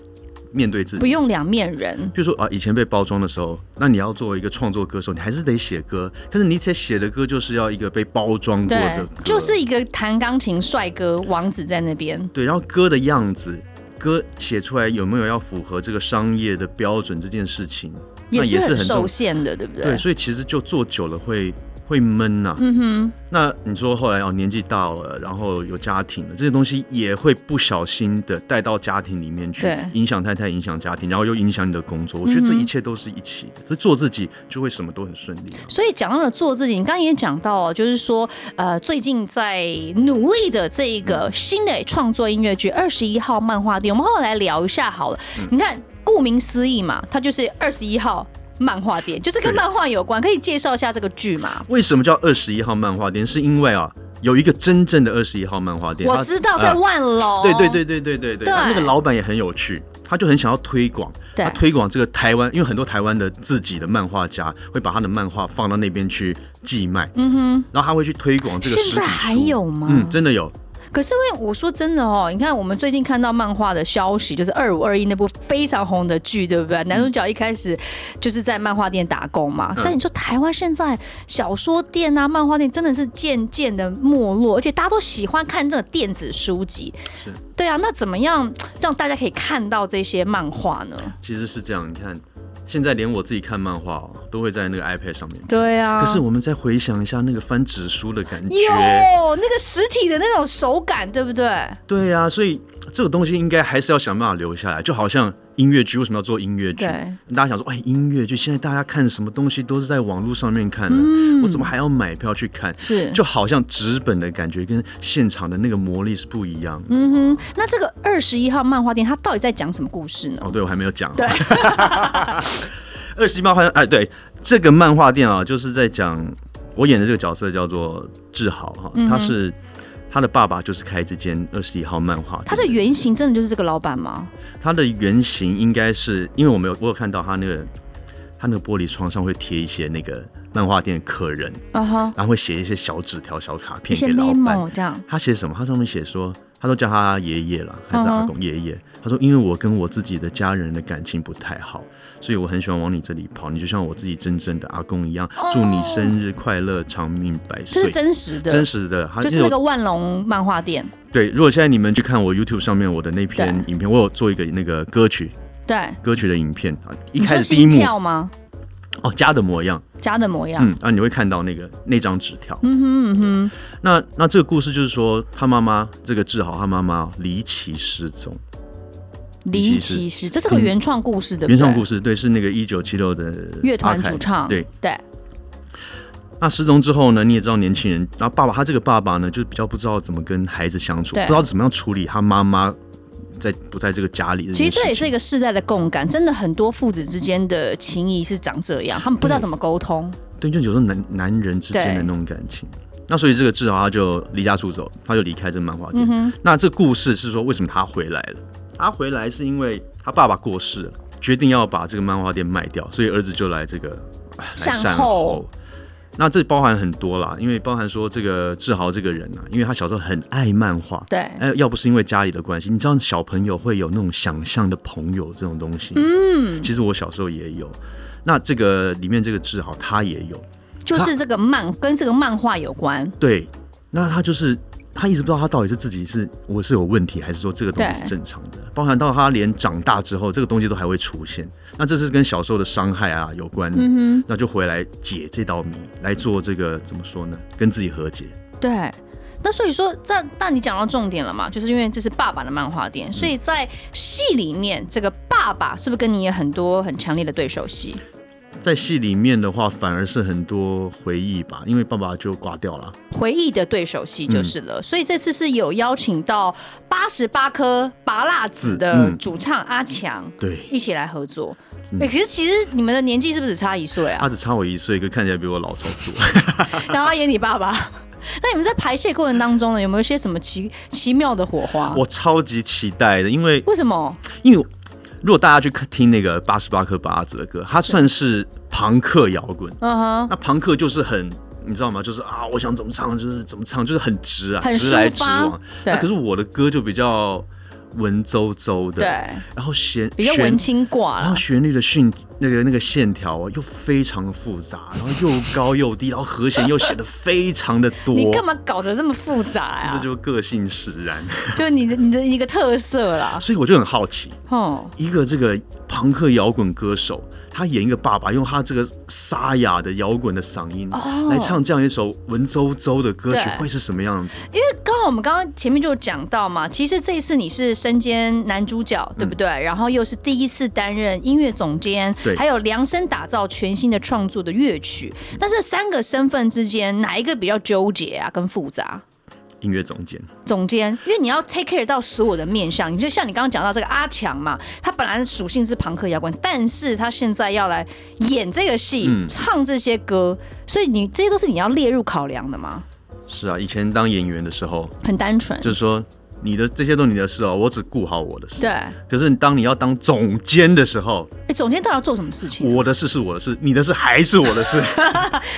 [SPEAKER 4] 面对自己
[SPEAKER 5] 不。用两面人。
[SPEAKER 4] 比如说啊，以前被包装的时候，那你要作为一个创作歌手，你还是得写歌，可是你写写的歌就是要一个被包装过
[SPEAKER 5] 对
[SPEAKER 4] 的歌，，
[SPEAKER 5] 就是一个弹钢琴帅哥王子在那边，
[SPEAKER 4] 对，然后歌的样子，歌写出来有没有要符合这个商业的标准这件事情，那
[SPEAKER 5] 是
[SPEAKER 4] 是
[SPEAKER 5] 很
[SPEAKER 4] 很重
[SPEAKER 5] 受限的，对不对？
[SPEAKER 4] 对，所以其实就做久了会会闷呐、嗯哼。那你说后来哦，年纪大了，然后有家庭了，这些东西也会不小心的带到家庭里面去
[SPEAKER 5] 对，嗯
[SPEAKER 4] 影响太太，影响家庭，然后又影响你的工作。我觉得这一切都是一起的，所以做自己就会什么都很顺利、啊。
[SPEAKER 5] 所以讲到了做自己，你刚刚也讲到了，就是说，呃，最近在努力的这一个新的创作音乐剧《二十一号漫画店》，我们后来聊一下好了。
[SPEAKER 4] 嗯
[SPEAKER 5] 你看，顾名思义嘛，它就是二十一号漫画店，就是跟
[SPEAKER 4] 对
[SPEAKER 5] 漫画有关。可以介绍一下这个剧吗？
[SPEAKER 4] 为什么叫二十一号漫画店？是因为啊，有一个真正的二十一号漫画店，
[SPEAKER 5] 我
[SPEAKER 4] 它
[SPEAKER 5] 知道在
[SPEAKER 4] 啊
[SPEAKER 5] 万隆、
[SPEAKER 4] 对对对对对对对，
[SPEAKER 5] 哦对
[SPEAKER 4] 他那个老板也很有趣，他就很想要推广，
[SPEAKER 5] 对
[SPEAKER 4] 他推广这个台湾，因为很多台湾的自己的漫画家会把他的漫画放到那边去寄卖，嗯哼，然后他会去推广这个实体
[SPEAKER 5] 现在还
[SPEAKER 4] 书
[SPEAKER 5] 有吗
[SPEAKER 4] 嗯，真的有，
[SPEAKER 5] 可是因为我说真的哦，你看我们最近看到漫画的消息，就是二五二一那部非常红的剧，对不对？男主角一开始就是在漫画店打工嘛。但你说台湾现在小说店啊、漫画店真的是渐渐的没落，而且大家都喜欢看这种电子书籍。
[SPEAKER 4] 是
[SPEAKER 5] 对啊，那怎么样让大家可以看到这些漫画呢？
[SPEAKER 4] 其实是这样，你看现在连我自己看漫画哦，都会在那个 iPad 上面。
[SPEAKER 5] 对啊，
[SPEAKER 4] 可是我们再回想一下那个翻纸书的感觉，
[SPEAKER 5] 有那个实体的那种手感，对不对？
[SPEAKER 4] 对呀、所以这个东西应该还是要想办法留下来。就好像音乐剧，为什么要做音乐剧？
[SPEAKER 5] 对
[SPEAKER 4] 大家想说，哎，音乐剧现在大家看什么东西都是在网络上面看的，我怎么还要买票去看？
[SPEAKER 5] 嗯是
[SPEAKER 4] 就好像纸本的感觉跟现场的那个魔力是不一样的。嗯、
[SPEAKER 5] 嗯，那这个二十一号漫画店它到底在讲什么故事呢？
[SPEAKER 4] 哦，对，我还没有讲。对， 二十一漫画，哎，对，这个漫画店啊，就是在讲我演的这个角色叫做志豪哈，
[SPEAKER 5] 嗯
[SPEAKER 4] 他是。他的爸爸就是开这间二十一号漫画店，
[SPEAKER 5] 他的原型真的就是这个老板吗？
[SPEAKER 4] 它的原型应该是因为我们有我有看到它那个它那个玻璃窗上会贴一些那个漫画店的客人，
[SPEAKER 5] 啊哈，
[SPEAKER 4] 然后会写一些小纸条、小卡
[SPEAKER 5] 一
[SPEAKER 4] 片
[SPEAKER 5] 些
[SPEAKER 4] 给老板
[SPEAKER 5] memo。这样，
[SPEAKER 4] 他写什么？他上面写说，他都叫他爷爷
[SPEAKER 5] 嗯
[SPEAKER 4] 啦，还是阿公爷爷。他说，因为我跟我自己的家人的感情不太好，所以我很喜欢往你这里跑。你就像我自己真正的阿公一样，祝你生日快乐，长命百
[SPEAKER 5] 哦这
[SPEAKER 4] 岁。
[SPEAKER 5] 是真实的，
[SPEAKER 4] 真实的，他
[SPEAKER 5] 就是那个万隆漫画店，
[SPEAKER 4] 对。如果现在你们去看我 YouTube 上面我的那篇影片，我有做一个那个歌曲，
[SPEAKER 5] 对。
[SPEAKER 4] 歌曲的影片啊，一
[SPEAKER 5] 你
[SPEAKER 4] 开
[SPEAKER 5] 说
[SPEAKER 4] 始第一
[SPEAKER 5] 心
[SPEAKER 4] 幕
[SPEAKER 5] 跳吗？
[SPEAKER 4] 哦，家的模样，
[SPEAKER 5] 家的模样，
[SPEAKER 4] 嗯，啊，你会看到那个那张纸条，嗯哼嗯哼。那那这个故事就是说，他妈妈这个志豪，他妈妈离奇失踪，
[SPEAKER 5] 离
[SPEAKER 4] 离
[SPEAKER 5] 奇
[SPEAKER 4] 奇
[SPEAKER 5] 是，这是个原创故事，对不对？
[SPEAKER 4] 嗯原创故事对，是那个一九七六的
[SPEAKER 5] 乐团
[SPEAKER 4] Archive，
[SPEAKER 5] 主唱，
[SPEAKER 4] 对。
[SPEAKER 5] 对，
[SPEAKER 4] 那失踪之后呢，你也知道年轻人，然后爸爸他这个爸爸呢，就是比较不知道怎么跟孩子相处，
[SPEAKER 5] 对
[SPEAKER 4] 不知道怎么样处理他妈妈在不在这个家里的
[SPEAKER 5] 其
[SPEAKER 4] 件事情。
[SPEAKER 5] 实这也是一个世代的共感，真的很多父子之间的情谊是长这样，他们不知道
[SPEAKER 4] 对
[SPEAKER 5] 怎么沟通，
[SPEAKER 4] 对，就有时候男男人之间的那种感情。那所以这个志豪他就离家出走，他就离开这个漫画店。那这故事是说为什么他回来了？他回来是因为他爸爸过世了，决定要把这个漫画店卖掉，所以儿子就来这个哎来
[SPEAKER 5] 善
[SPEAKER 4] 善
[SPEAKER 5] 后
[SPEAKER 4] 后。那这包含很多啦，因为包含说这个志豪这个人啊，因为他小时候很爱漫画，
[SPEAKER 5] 对
[SPEAKER 4] 哎，要不是因为家里的关系，你知道小朋友会有那种想象的朋友这种东西，嗯，其实我小时候也有。那这个里面这个志豪他也有，
[SPEAKER 5] 就是这个漫跟这个漫画有关，
[SPEAKER 4] 对，那他就是他一直不知道他到底是自己是我是有问题，还是说这个东西
[SPEAKER 5] 对
[SPEAKER 4] 是正常的。包含到他连长大之后，这个东西都还会出现。那这是跟小时候的伤害啊有关的。那就回来解这道谜，来做这个怎么说呢？跟自己和解。
[SPEAKER 5] 对，那所以说，这那你讲到重点了嘛，就是因为这是爸爸的漫画店，所以在戏里面，这个爸爸是不是跟你也很多很强烈的对手戏？
[SPEAKER 4] 在戏里面的话，反而是很多回忆吧，因为爸爸就挂掉了。
[SPEAKER 5] 回忆的对手戏就是了，所以这次是有邀请到八十八颗拔辣子的
[SPEAKER 4] 嗯
[SPEAKER 5] 主唱阿强
[SPEAKER 4] 对，
[SPEAKER 5] 一起来合作。哎、可是其实你们的年纪是不是只差一岁啊
[SPEAKER 4] 他？只差我一岁，可看起来比我老超多。
[SPEAKER 5] 然后他演你爸爸， 那你们在排戏过程当中呢，有没有一些什么奇奇妙的火花？
[SPEAKER 4] 我超级期待的，因为
[SPEAKER 5] 为什么？
[SPEAKER 4] 因为如果大家去看听那个八十八克巴子的歌，它算是朋克摇滚。
[SPEAKER 5] 嗯哼，
[SPEAKER 4] 那朋克就是很，你知道吗？就是啊，我想怎么唱就是怎么唱，就是很直啊，
[SPEAKER 5] 很
[SPEAKER 4] 直来
[SPEAKER 5] 抒
[SPEAKER 4] 直
[SPEAKER 5] 发
[SPEAKER 4] 往。
[SPEAKER 5] 对
[SPEAKER 4] 那可是我的歌就比较文绉绉的，
[SPEAKER 5] 对，
[SPEAKER 4] 然后弦
[SPEAKER 5] 比较
[SPEAKER 4] 旋
[SPEAKER 5] 文青挂啊
[SPEAKER 4] 然
[SPEAKER 5] 了
[SPEAKER 4] 后。旋律的讯那个那个线条啊，又非常的复杂，然后又高又低，然后和弦又写的非常的多，
[SPEAKER 1] 你干嘛搞得这么复杂
[SPEAKER 4] 这
[SPEAKER 1] 啊？
[SPEAKER 4] 就是个性使然。
[SPEAKER 1] 就你的你的一个特色啦。
[SPEAKER 4] 所以我就很好奇，
[SPEAKER 1] 哦，
[SPEAKER 4] 一个这个朋克摇滚歌手，他演一个爸爸，用他这个沙哑的摇滚的嗓音、来唱这样一首文绉绉的歌曲
[SPEAKER 5] 对，
[SPEAKER 4] 会是什么样子？
[SPEAKER 5] 因为刚好我们刚刚前面就有讲到嘛，其实这一次你是身兼男主角，对不对？然后又是第一次担任音乐总监，
[SPEAKER 4] 嗯对
[SPEAKER 5] 还有量身打造全新的创作的乐曲。但是三个身份之间，哪一个比较纠结啊？跟复杂？
[SPEAKER 4] 音乐总监，
[SPEAKER 5] 总监，因为你要 take care 到所有的面向，你就像你刚刚讲到这个阿强嘛，他本来属性是朋克摇滚，但是他现在要来演这个戏，
[SPEAKER 4] 嗯
[SPEAKER 5] 唱这些歌，所以你这些都是你要列入考量的嘛，
[SPEAKER 4] 是啊，以前当演员的时候，
[SPEAKER 5] 很单纯，
[SPEAKER 4] 就是说你的这些都你的事哦，我只顾好我的事。
[SPEAKER 5] 对。哎、
[SPEAKER 4] 可是当你要当总监的时候，
[SPEAKER 5] 总监到底要做什么事情？
[SPEAKER 4] 我的事是我的事，你的事还是我的事，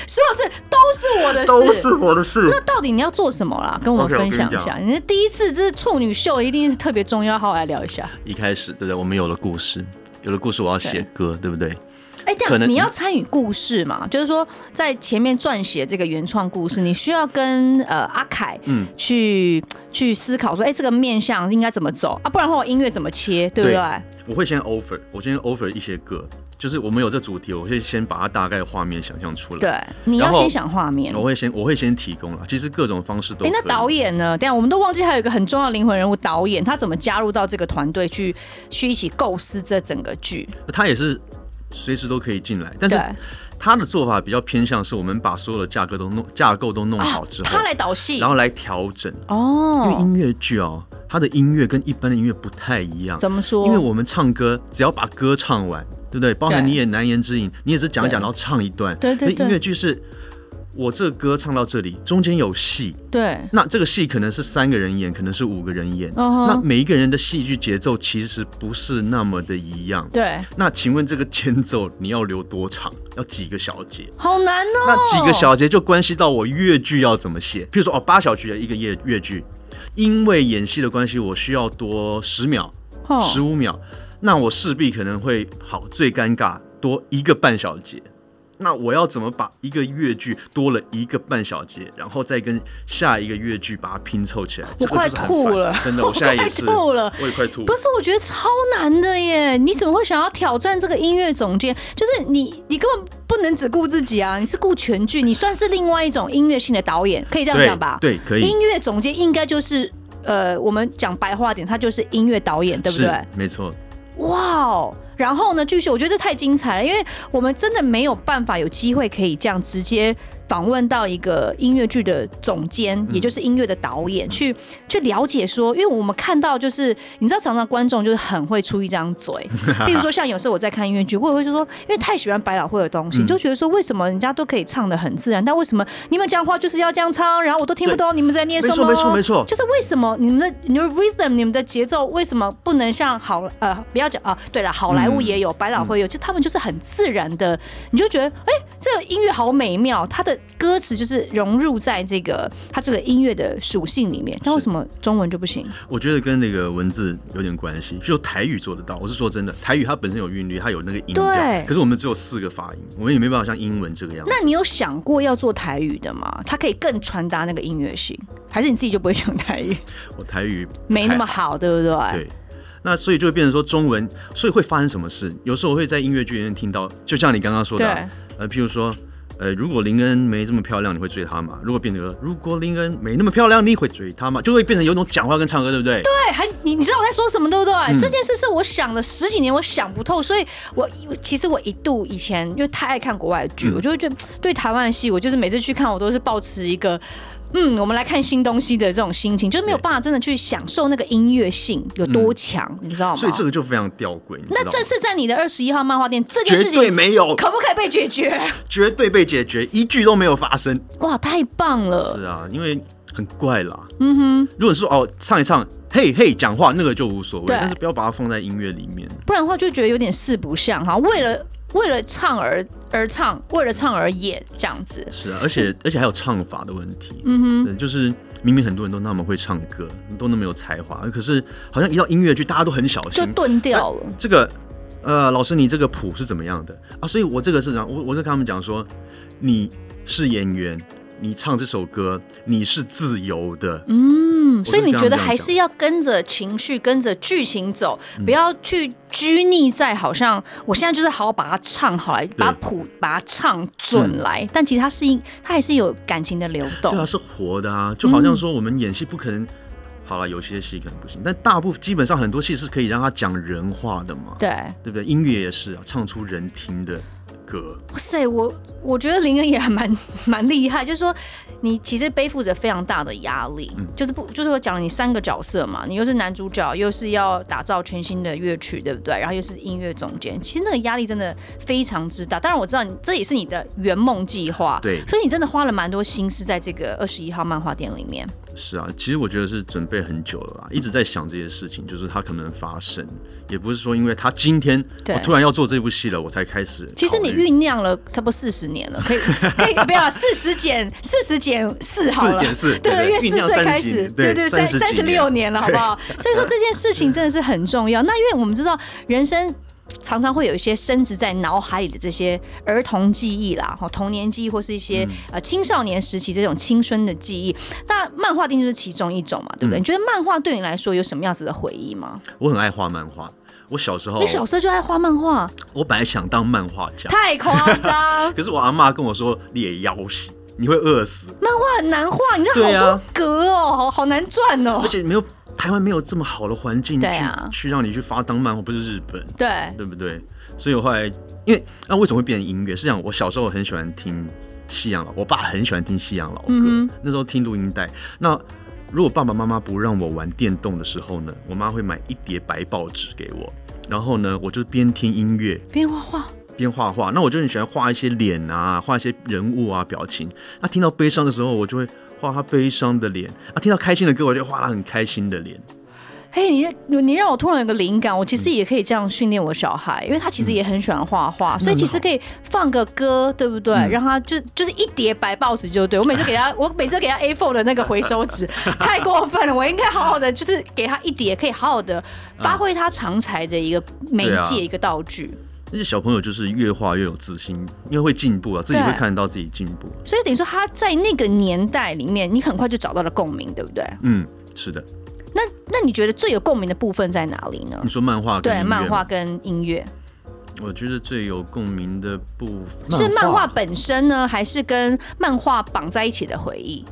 [SPEAKER 5] 所有事都是我的事，
[SPEAKER 4] 都是我的事。
[SPEAKER 5] 那到底你要做什么啦？跟我们
[SPEAKER 4] OK，我跟
[SPEAKER 5] 分
[SPEAKER 4] 你
[SPEAKER 5] 享一下。你的第一次这是处女秀，一定是特别重要，好好来聊一下。
[SPEAKER 4] 一开始，对不对？我们有了故事，有了故事，我要写歌，对不对？
[SPEAKER 5] 哎、这
[SPEAKER 4] 可能
[SPEAKER 5] 样你要参与故事嘛？就是说，在前面撰写这个原创故事，你需要跟呃阿凯，嗯
[SPEAKER 4] 嗯，
[SPEAKER 5] 去去思考说，哎、这个面向应该怎么走啊？不然的话，我音乐怎么切，对不对？
[SPEAKER 4] 对我会先 offer，我先 offer 一些歌，就是我们有这主题，我会先把它大概画面想象出来。
[SPEAKER 5] 对，你要
[SPEAKER 4] 然后
[SPEAKER 5] 先想画面。
[SPEAKER 4] 我会先我会先提供了，其实各种方式都
[SPEAKER 5] 哎、
[SPEAKER 4] 可以。
[SPEAKER 5] 那导演呢？等一下我们都忘记还有一个很重要的灵魂人物导演，他怎么加入到这个团队去去一起构思这整个剧？
[SPEAKER 4] 他也是随时都可以进来，但是
[SPEAKER 5] 对，
[SPEAKER 4] 他的做法比较偏向是我们把所有的架构都弄架构都弄好之后，
[SPEAKER 5] 他来导戏
[SPEAKER 4] 然后来调整。因为
[SPEAKER 5] 哦。
[SPEAKER 4] 音乐剧哦，它的音乐跟一般的音乐不太一样。
[SPEAKER 5] 怎么说？
[SPEAKER 4] 因为我们唱歌，只要把歌唱完，对不对？包含
[SPEAKER 5] 对
[SPEAKER 4] 你也难言之隐，你也是讲一讲，
[SPEAKER 5] 对
[SPEAKER 4] 然后唱一段。
[SPEAKER 5] 对对
[SPEAKER 4] 那
[SPEAKER 5] 对
[SPEAKER 4] 音乐剧是，我这个歌唱到这里，中间有戏，
[SPEAKER 5] 对
[SPEAKER 4] 那这个戏可能是三个人演，可能是五个人演。
[SPEAKER 5] 嗯哼
[SPEAKER 4] 那每一个人的戏剧节奏其实不是那么的一样。
[SPEAKER 5] 对，
[SPEAKER 4] 那请问这个间奏你要留多长？要几个小节？
[SPEAKER 5] 好难哦。
[SPEAKER 4] 那几个小节就关系到我越剧要怎么写。譬如说哦，八小节的一个越越剧，因为演戏的关系，我需要多十秒、
[SPEAKER 5] 哦
[SPEAKER 4] 十五秒，那我势必可能会好最尴尬多一个半小节。那我要怎么把一个越剧多了一个半小节，然后再跟下一个越剧把它拼凑起来？这个
[SPEAKER 5] 快
[SPEAKER 4] 就是很
[SPEAKER 5] 吐
[SPEAKER 4] 烦
[SPEAKER 5] 了
[SPEAKER 4] 真的，我现在也 是，
[SPEAKER 1] 我快吐了
[SPEAKER 4] 我也快吐了
[SPEAKER 5] 不。是，我觉得超难的耶！你怎么会想要挑战这个音乐总监？就是你，你根本不能只顾自己啊，你是顾全剧，你算是另外一种音乐性的导演，可以这样
[SPEAKER 4] 对
[SPEAKER 5] 讲吧？
[SPEAKER 4] 对可以
[SPEAKER 5] 音乐总监应该就是。呃，我们讲白话点，他就是音乐导演，对不
[SPEAKER 4] 是
[SPEAKER 5] 对？
[SPEAKER 4] 没错，
[SPEAKER 5] 哇哦！然后呢，继续，我觉得这太精彩了，因为我们真的没有办法有机会可以这样直接访问到一个音乐剧的总监，
[SPEAKER 4] 嗯
[SPEAKER 5] 也就是音乐的导演，去去了解说，因为我们看到就是你知道，常常观众就是很会出一张嘴， 比如说像有时候我在看音乐剧，我也会就说，因为太喜欢百老汇的东
[SPEAKER 4] 嗯
[SPEAKER 5] 西，就觉得说为什么人家都可以唱的很自然，但为什么你们讲话就是要这样唱，然后我都听不懂你们在念什么？
[SPEAKER 4] 没错没错没错
[SPEAKER 5] 就是为什么你们的你们的 rhythm 你们的节奏为什么不能像好呃不要讲啊？对了，好莱坞也有，百老汇有，就他们就是很自然的，你就觉得哎、这个音乐好美妙，它的歌词就是融入在这个它这个音乐的属性里面。但为什么中文就不行？
[SPEAKER 4] 我觉得跟那个文字有点关系，就台语做得到。我是说真的，台语它本身有韵律，它有那个音调
[SPEAKER 5] 对，
[SPEAKER 4] 可是我们只有四个发音，我们也没办法像英文这个样子。
[SPEAKER 5] 那你有想过要做台语的吗？它可以更传达那个音乐性，还是你自己就不会讲台语，
[SPEAKER 4] 我台语
[SPEAKER 5] 没那么
[SPEAKER 4] 好。
[SPEAKER 5] 好，对不对？
[SPEAKER 4] 对，那所以就会变成说中文，所以会发生什么事？有时候我会在音乐剧里面听到，就像你刚刚说的啊，呃，譬如说。呃，如果林恩没这么漂亮，你会追她吗？如果变成了如果林恩没那么漂亮，你会追她吗？就会变成有一种讲话跟唱歌，对不对？
[SPEAKER 5] 对，哎还你你知道我在说什么对不对？
[SPEAKER 4] 嗯
[SPEAKER 5] 这件事是我想了十几年，我想不透，所以我其实我一度以前因为太爱看国外的
[SPEAKER 4] 嗯
[SPEAKER 5] 剧，我就会觉得对台湾的戏，我就是每次去看我都是抱持一个。嗯，我们来看新东西的这种心情，就是没有办法真的去享受那个音乐性有多强，你知道吗？
[SPEAKER 4] 所以这个就非常吊诡，你知道
[SPEAKER 5] 那
[SPEAKER 4] 吗？
[SPEAKER 5] 这次在你的二十一号漫画店，这件事
[SPEAKER 4] 绝
[SPEAKER 5] 情
[SPEAKER 4] 对没有，
[SPEAKER 5] 可不可以被解 决？
[SPEAKER 4] 绝对被解决，一句都没有发生。
[SPEAKER 5] 哇，太棒了！
[SPEAKER 4] 是啊，因为很怪啦。嗯哼，如果是哦唱一唱，嘿嘿讲话那个就无所谓，
[SPEAKER 5] 对
[SPEAKER 4] 但是不要把它放在音乐里面。
[SPEAKER 5] 不然的话就觉得有点四不像，好像为了为了唱而而唱，为了唱而演这样子。
[SPEAKER 4] 是啊，而且
[SPEAKER 5] 嗯
[SPEAKER 4] 而且还有唱法的问题。嗯哼，就是明明很多人都那么会唱歌，都那么有才华，可是好像一到音乐剧，大家都很小
[SPEAKER 5] 就
[SPEAKER 4] 心。
[SPEAKER 5] 钝掉了。
[SPEAKER 4] 这个呃，老师你这个谱是怎么样的啊？所以我这个是这样，我我就跟他们讲说，你是演员，你唱这首歌，你是自由的，
[SPEAKER 5] 嗯，所以
[SPEAKER 4] 我是
[SPEAKER 5] 你
[SPEAKER 4] 这样
[SPEAKER 5] 觉
[SPEAKER 4] 这
[SPEAKER 5] 得
[SPEAKER 4] 样
[SPEAKER 5] 还
[SPEAKER 4] 讲嗯
[SPEAKER 5] 是要跟着情绪、跟着剧情走，不要去拘泥在好像我现在就是好好把它唱好来，把谱把它唱准来。但其实它是一，它还是有感情的流动
[SPEAKER 4] 嗯对。啊，是活的啊，就好像说我们演戏不可能。好了，有些戏可能不行，但大部基本上很多戏是可以让他讲人话的嘛，
[SPEAKER 5] 对，
[SPEAKER 4] 对不对？音乐也是啊，唱出人听的歌，
[SPEAKER 5] 哇塞，我我觉得林恩也还蛮 蛮厉害，就是说你其实背负着非常大的压力，
[SPEAKER 4] 嗯
[SPEAKER 5] 就是不就是我讲了你三个角色嘛，你又是男主角，又是要打造全新的乐曲，对不对？然后又是音乐总监，其实那个压力真的非常之大。当然我知道你这也是你的圆梦计划，
[SPEAKER 4] 对
[SPEAKER 5] 所以你真的花了蛮多心思在这个二十一号漫画店里面。
[SPEAKER 4] 是啊，其实我觉得是准备很久了啦，一直在想这些事情，就是它可能发生，也不是说因为他今天
[SPEAKER 5] 对
[SPEAKER 4] 我突然要做这部戏了，我才开始考虑。
[SPEAKER 5] 其实你酝酿了差不多四十年了，可以可以不要四十减四十减四好了，
[SPEAKER 4] 四减四
[SPEAKER 5] 对
[SPEAKER 4] 对
[SPEAKER 5] 因为
[SPEAKER 4] 酝
[SPEAKER 5] 四
[SPEAKER 4] 酿
[SPEAKER 5] 岁
[SPEAKER 4] 三
[SPEAKER 5] 开
[SPEAKER 4] 级
[SPEAKER 5] 始，
[SPEAKER 4] 对
[SPEAKER 5] 对，三
[SPEAKER 4] 三十
[SPEAKER 5] 三
[SPEAKER 4] 几
[SPEAKER 5] 十六年了，好不好？所以说这件事情真的是很重要。那因为我们知道人生。常常会有一些升值在脑海里的这些儿童记忆啦，哈，童年记忆或是一些、
[SPEAKER 4] 嗯
[SPEAKER 5] 呃青少年时期这种青春的记忆。那漫画定就是其中一种嘛，对不
[SPEAKER 4] 嗯
[SPEAKER 5] 对？你觉得漫画对你来说有什么样子的回忆吗？
[SPEAKER 4] 我很爱画漫画，我小时候
[SPEAKER 5] 你，小时候就爱画漫画，
[SPEAKER 4] 我本来想当漫画家，
[SPEAKER 5] 太夸
[SPEAKER 4] ，
[SPEAKER 5] 张
[SPEAKER 4] 可是我阿妈跟我说，你也要死，你会饿死，
[SPEAKER 5] 漫画很难画，你这
[SPEAKER 4] 对
[SPEAKER 5] 好
[SPEAKER 4] 啊
[SPEAKER 5] 多格哦，好好难转哦
[SPEAKER 4] 而。且没有台湾没有这么好的环境去、
[SPEAKER 5] 对啊
[SPEAKER 4] 去让你去发当漫画，不是日本，
[SPEAKER 5] 对，
[SPEAKER 4] 对不对？所以我后来，因为那、为什么会变成音乐？是讲我小时候很喜欢听西洋老，我爸很喜欢听西洋老歌，那时候听录音带。那如果爸爸妈妈不让我玩电动的时候呢，我妈会买一叠白报纸给我，然后呢，我就边听音乐
[SPEAKER 5] 边画画，
[SPEAKER 4] 边画画。那我就很喜欢画一些脸啊，画一些人物啊、表情。那听到悲伤的时候，我就会画他悲伤的脸；啊，听到开心的歌，我就画他很开心的脸。
[SPEAKER 5] 嘿，你让你让我突然有个灵感，我其
[SPEAKER 4] 嗯
[SPEAKER 5] 实也可以这样训练我小孩，因为他其实也很喜欢画
[SPEAKER 4] 嗯
[SPEAKER 5] 画，所以其实可以放个歌，对不对？让他就就是一叠白报纸就对。我每次 给他，我每次给他 A4 的那个回收纸，太过分了，我应该好好的就是给他一叠，可以好好的发挥他长才的一个媒
[SPEAKER 4] 对啊
[SPEAKER 5] 介、一个道具。
[SPEAKER 4] 那些小朋友就是越画越有自信，因为会进步啊，自己会
[SPEAKER 5] 对
[SPEAKER 4] 看得到自己进步。
[SPEAKER 5] 所以等于说他在那个年代里面，你很快就找到了共鸣，对不对？
[SPEAKER 4] 嗯，是的。
[SPEAKER 5] 那那你觉得最有共鸣的部分在哪里呢
[SPEAKER 4] 你？说漫画跟
[SPEAKER 5] 对，
[SPEAKER 4] 嗯音乐
[SPEAKER 5] 漫画
[SPEAKER 4] 吗，
[SPEAKER 5] 跟音乐
[SPEAKER 4] 我觉得最有共鸣的部分
[SPEAKER 5] 是漫画本身呢，还是跟漫画绑在一起的回忆？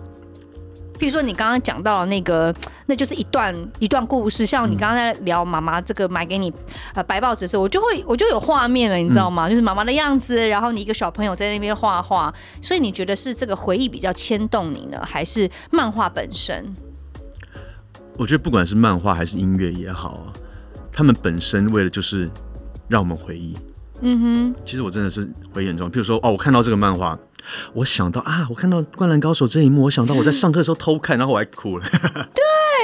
[SPEAKER 5] 譬如说你刚刚讲到那个，那就是一段一段故事，像你刚刚在聊妈妈这个买给你呃白报纸的时候，我就会我就有画面了，你知道吗？就是妈妈的样子，然后你一个小朋友在那边画画，所以你觉得是这个回忆比较牵动你呢，还是漫画本身？
[SPEAKER 4] 我觉得不管是漫画还是音乐也好啊，他们本身为了就是让我们回忆。嗯哼，其实我真的是回忆很重要。譬如说，哦，我看到这个漫画，我想到啊，我看到《灌篮高手》这一幕，我想到我在上课的时候偷看，然后我还哭 了。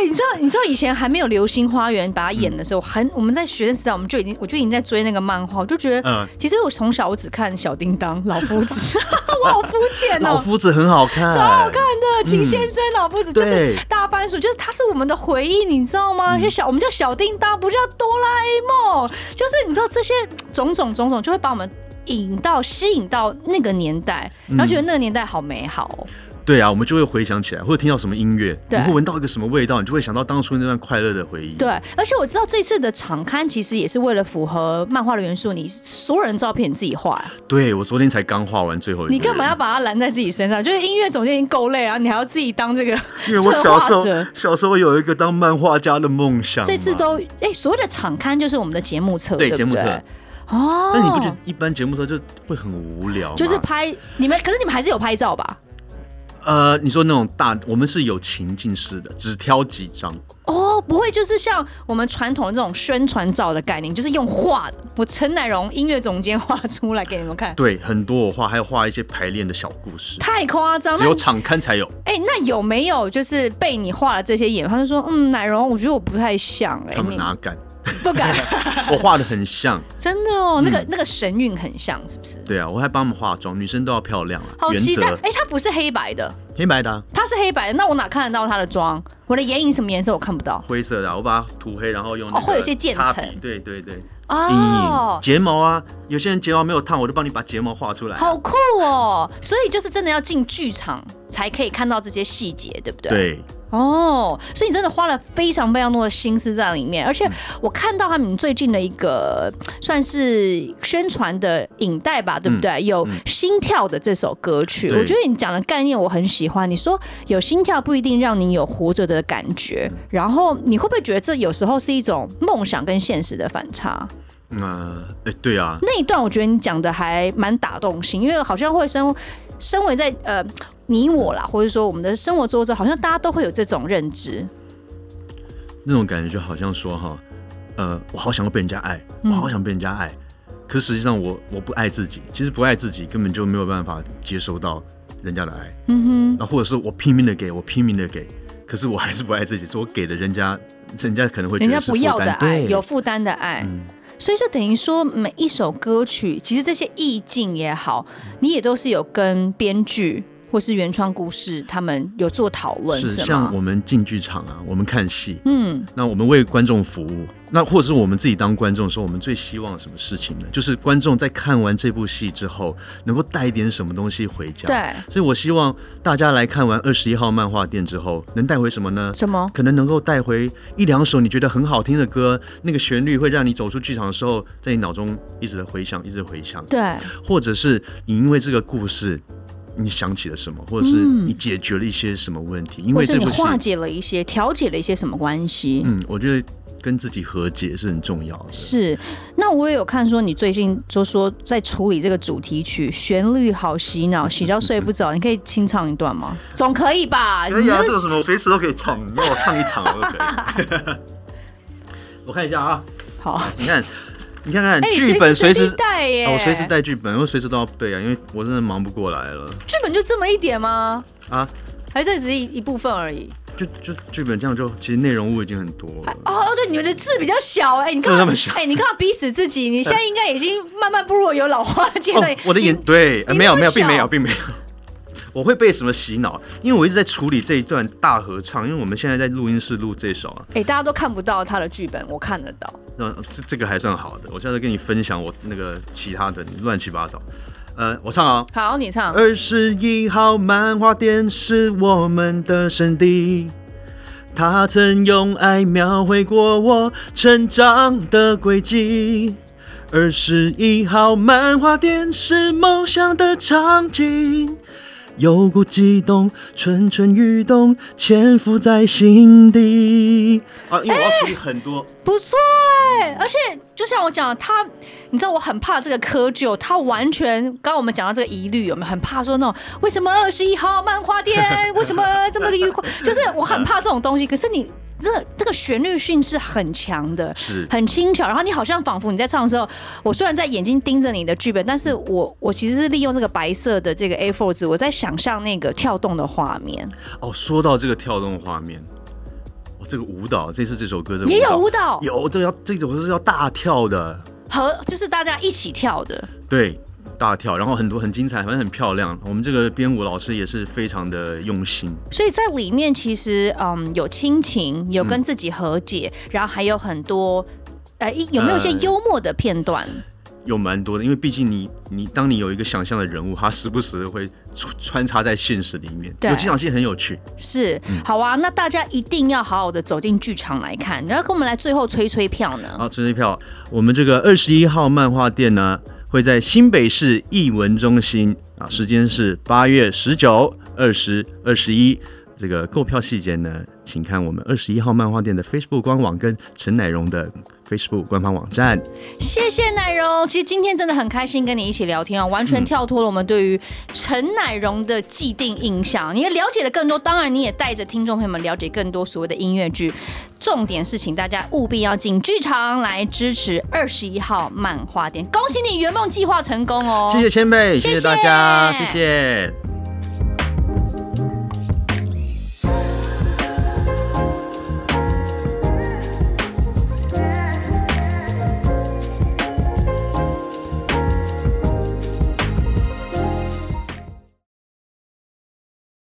[SPEAKER 5] 你知道，你知道以前还没有《流星花园》把它演的时候，很我们在学生时代，我们就已经我就已经在追那个漫画，我就觉得，
[SPEAKER 4] 嗯
[SPEAKER 5] 其实我从小我只看小 叮当、老夫子，我好肤浅
[SPEAKER 4] 老
[SPEAKER 5] 哦。
[SPEAKER 4] 夫子很好看，
[SPEAKER 5] 超好看的，秦先生、老夫子就是
[SPEAKER 4] 对嗯
[SPEAKER 5] 大番薯，就是它是我们的回忆，你知道吗？就小我们叫小叮当，不叫哆啦 A 梦，就是你知道这些种种种种，就会把我们引到吸引到那个年代，然后
[SPEAKER 4] 嗯
[SPEAKER 5] 觉得那个年代好美好哦。
[SPEAKER 4] 对啊，我们就会回想起来，或者听到什么音乐，你
[SPEAKER 5] 对
[SPEAKER 4] 会闻到一个什么味道，你就会想到当初那段快乐的回忆。
[SPEAKER 5] 对，而且我知道这次的场刊其实也是为了符合漫画的元素，你所有人照片你自己画，
[SPEAKER 4] 对我昨天才刚画完最后一个人。
[SPEAKER 5] 你干嘛要把它拦在自己身上？就是音乐总监已经够累了，然后你还要自己当 这个
[SPEAKER 4] 因为我小
[SPEAKER 5] 策
[SPEAKER 4] 时
[SPEAKER 5] 划
[SPEAKER 4] 候
[SPEAKER 5] 者。
[SPEAKER 4] 小时候有一个当漫画家的梦想嘛，
[SPEAKER 5] 这次都哎、所谓的场刊就是我们的节目册，
[SPEAKER 4] 对
[SPEAKER 5] 不
[SPEAKER 4] 节目册，
[SPEAKER 5] 哦。
[SPEAKER 4] 但你不觉得一般节目册就会很无聊吗？
[SPEAKER 5] 就是拍你们？可是你们还是有拍照吧？
[SPEAKER 4] 呃，你说那种大，我们是有情境式的，只挑几张。
[SPEAKER 5] 哦，不会，就是像我们传统的这种宣传照的概念，就是用画的。我陈乃荣音乐总监画出来给你们看，
[SPEAKER 4] 对，很多我画，还有画一些排练的小故事，
[SPEAKER 5] 太夸张了。
[SPEAKER 4] 只有场刊才有。
[SPEAKER 5] 哎、那有没有就是被你画了这些演员，他就说，嗯，奶蓉，我觉得我不太像、哎，
[SPEAKER 4] 他们
[SPEAKER 5] 你
[SPEAKER 4] 哪敢？
[SPEAKER 5] 不敢，
[SPEAKER 4] 我画的很像，
[SPEAKER 5] 真的哦，
[SPEAKER 4] 嗯
[SPEAKER 5] 那个、那个神韵很像，是不是？
[SPEAKER 4] 对啊，我还帮他们化妆，女生都要漂亮啊。
[SPEAKER 5] 好
[SPEAKER 4] 原
[SPEAKER 5] 期待！
[SPEAKER 4] 则
[SPEAKER 5] 哎、它不是黑白的，
[SPEAKER 4] 黑白的啊、
[SPEAKER 1] 他是黑白的，那我哪看得到他的妆？我的眼影什么颜色我看不到
[SPEAKER 4] 灰色的啊、我把它涂黑，然后用、那
[SPEAKER 5] 哦
[SPEAKER 4] 个
[SPEAKER 5] 会有一些渐层
[SPEAKER 4] 擦笔对对对，阴
[SPEAKER 5] 哦
[SPEAKER 4] 影，。睫毛啊，有些人睫毛没有烫，我就帮你把睫毛画出来啊。
[SPEAKER 5] 好酷哦！所以就是真的要进剧场才可以看到这些细节，对不对？。
[SPEAKER 4] 对，
[SPEAKER 5] 哦，所以你真的花了非常非常多的心思在里面，而且我看到他们最近的一个算是宣传的影带吧，对不对？有《心跳》的这首歌曲，
[SPEAKER 4] 对
[SPEAKER 5] 我觉得你讲的概念我很喜欢。你说有心跳不一定让你有活着的感觉，然后你会不会觉得这有时候是一种梦想跟现实的反差？
[SPEAKER 4] 嗯呃，哎，对啊，
[SPEAKER 5] 那一段我觉得你讲的还蛮打动心，因为好像会身身为在呃你我啦，或者说我们的生活周遭，好像大家都会有这种认知。
[SPEAKER 4] 那种感觉就好像说哈，呃，我好想要被人家爱，我好想被人家爱，可实际上我我不爱自己，其实不爱自己根本就没有办法接收到人家的爱，嗯哼，那或者是我拼命的给我拼命的给，可是我还是不爱自己，所以我给了人家，人家可能会觉
[SPEAKER 5] 人家
[SPEAKER 4] 得是
[SPEAKER 5] 不
[SPEAKER 4] 负
[SPEAKER 5] 要的
[SPEAKER 4] 担，
[SPEAKER 5] 爱，
[SPEAKER 4] 对，嗯
[SPEAKER 5] 有负担的爱。所以就等于说，每一首歌曲，其实这些意境也好，你也都是有跟编剧或是原创故事他们有做讨论，
[SPEAKER 4] 是
[SPEAKER 5] 是
[SPEAKER 4] 像
[SPEAKER 5] 吗？
[SPEAKER 4] 我们进剧场啊，我们看戏，
[SPEAKER 5] 嗯，
[SPEAKER 4] 那我们为观众服务，那或者是我们自己当观众的时候，我们最希望什么事情呢？就是观众在看完这部戏之后，能够带一点什么东西回家。，
[SPEAKER 5] 对，
[SPEAKER 4] 所以我希望大家来看完二十一号漫画店之后，能带回什么呢？
[SPEAKER 5] 什么？
[SPEAKER 4] 可能能够带回一两首你觉得很好听的歌，那个旋律会让你走出剧场的时候，在你脑中一直的回响，一直回响。
[SPEAKER 5] 对，
[SPEAKER 4] 或者是你因为这个故事，你想起了什么，或者是你解决了一些什么问题？因
[SPEAKER 5] 嗯或
[SPEAKER 4] 为
[SPEAKER 5] 是
[SPEAKER 4] 这
[SPEAKER 5] 你
[SPEAKER 4] 部戏，
[SPEAKER 5] 化解了一些、调解了一些什么关系？
[SPEAKER 4] 嗯，我觉得跟自己和解是很重要的。
[SPEAKER 5] 是，那我也有看说你最近就说在处理这个主题曲，旋律好洗 脑，洗到睡不着，你可以清唱一段吗？总可以吧？
[SPEAKER 4] 可以啊，
[SPEAKER 5] 你
[SPEAKER 4] 这个什么我随时都可以唱，你让我唱一场我都可以。 我看一下啊，
[SPEAKER 5] 好，
[SPEAKER 4] 你看，你看看
[SPEAKER 5] 哎、
[SPEAKER 4] 剧本随时
[SPEAKER 5] 地。带耶，
[SPEAKER 4] 啊我随时带剧本，我随时都要背啊，因为我真的忙不过来了
[SPEAKER 5] 剧本就这么一点吗？
[SPEAKER 4] 啊！
[SPEAKER 5] 还是只是一一部分而已？
[SPEAKER 4] 就就剧本这样就，其实内容物已经很多了。
[SPEAKER 5] 哦，对，你们的字比较小哎、你
[SPEAKER 4] 字
[SPEAKER 5] 看
[SPEAKER 4] 那么小
[SPEAKER 5] 哎、你看逼死自己，你现在应该已经慢慢步入有老花的阶
[SPEAKER 4] 哦
[SPEAKER 5] 段。，
[SPEAKER 4] 我的眼对，呃
[SPEAKER 5] 你
[SPEAKER 4] 没有
[SPEAKER 5] 那么
[SPEAKER 4] 没有，并没
[SPEAKER 5] 小
[SPEAKER 4] 有，并没有。 我会被什么洗脑？因为我一直在处理这一段大合唱，因为我们现在在录音室录这首啊，
[SPEAKER 5] 哎、大家都看不到他的剧本，我看得到。
[SPEAKER 4] 那这这个还算好的。我下次跟你分享我那个其他的，你乱七八糟。呃，我唱啊、
[SPEAKER 5] 好，你唱。
[SPEAKER 4] 二十一号漫画店是我们的圣地，它曾用爱描绘过我成长的轨迹。二十一号漫画店是梦想的场景，有股悸动，蠢蠢欲动，潜伏在心底。啊，因为我要处理很多，
[SPEAKER 5] 不错哎、而且就像我讲的，他，你知道我很怕这个窠臼，他完全刚刚我们讲到这个疑虑，有没有很怕说那种为什么二十一号漫画店为什么这么的愉快，就是我很怕这种东西。可是你这这个旋律性是很强的，
[SPEAKER 4] 是
[SPEAKER 5] 很轻巧，然后你好像仿佛你在唱的时候，我虽然在眼睛盯着你的剧本，但是我我其实是利用这个白色的这个 A4 纸，我在想象那个跳动的画面，
[SPEAKER 4] 哦，说到这个跳动画面，哦，这个舞蹈，这次这首歌这个
[SPEAKER 5] 也有舞蹈
[SPEAKER 4] 有这个要这首歌是要大跳的，
[SPEAKER 5] 和就是大家一起跳的。
[SPEAKER 4] 对，大跳，然后很多很精彩，反正很漂亮。我们这个编舞老师也是非常的用心，
[SPEAKER 5] 所以在里面其实嗯有亲情，有跟自己和解，然后还有很多。呃，一有没有一些
[SPEAKER 4] 呃
[SPEAKER 5] 幽默的片段？
[SPEAKER 4] 有蛮多的，因为毕竟你你当你有一个想象的人物，他时不时会穿穿插在现实里面，
[SPEAKER 5] 对
[SPEAKER 4] 有几场戏很有趣。
[SPEAKER 5] 是，好啊，那大家一定要好好的走进剧场来看，然后跟我们来最后吹吹票呢。
[SPEAKER 4] 好，陈一票，我们这个二十一号漫画店呢，会在新北市艺文中心啊，时间是八月十九、二十、二十一。这个购票细节呢，请看我们二十一号漫画店的 Facebook 官网跟陈乃荣的 Facebook 官方网站。
[SPEAKER 5] 谢谢奶蓉，其实今天真的很开心跟你一起聊天啊，完全跳脱了我们对于陈乃蓉的既定印象，你也了解了更多，当然你也带着听众朋友们了解更多所谓的音乐剧。重点是，请大家务必要进剧场来支持二十一号漫画店。恭喜你圆梦计划成功哦！
[SPEAKER 4] 谢谢前辈，谢
[SPEAKER 5] 谢
[SPEAKER 4] 谢大家，谢谢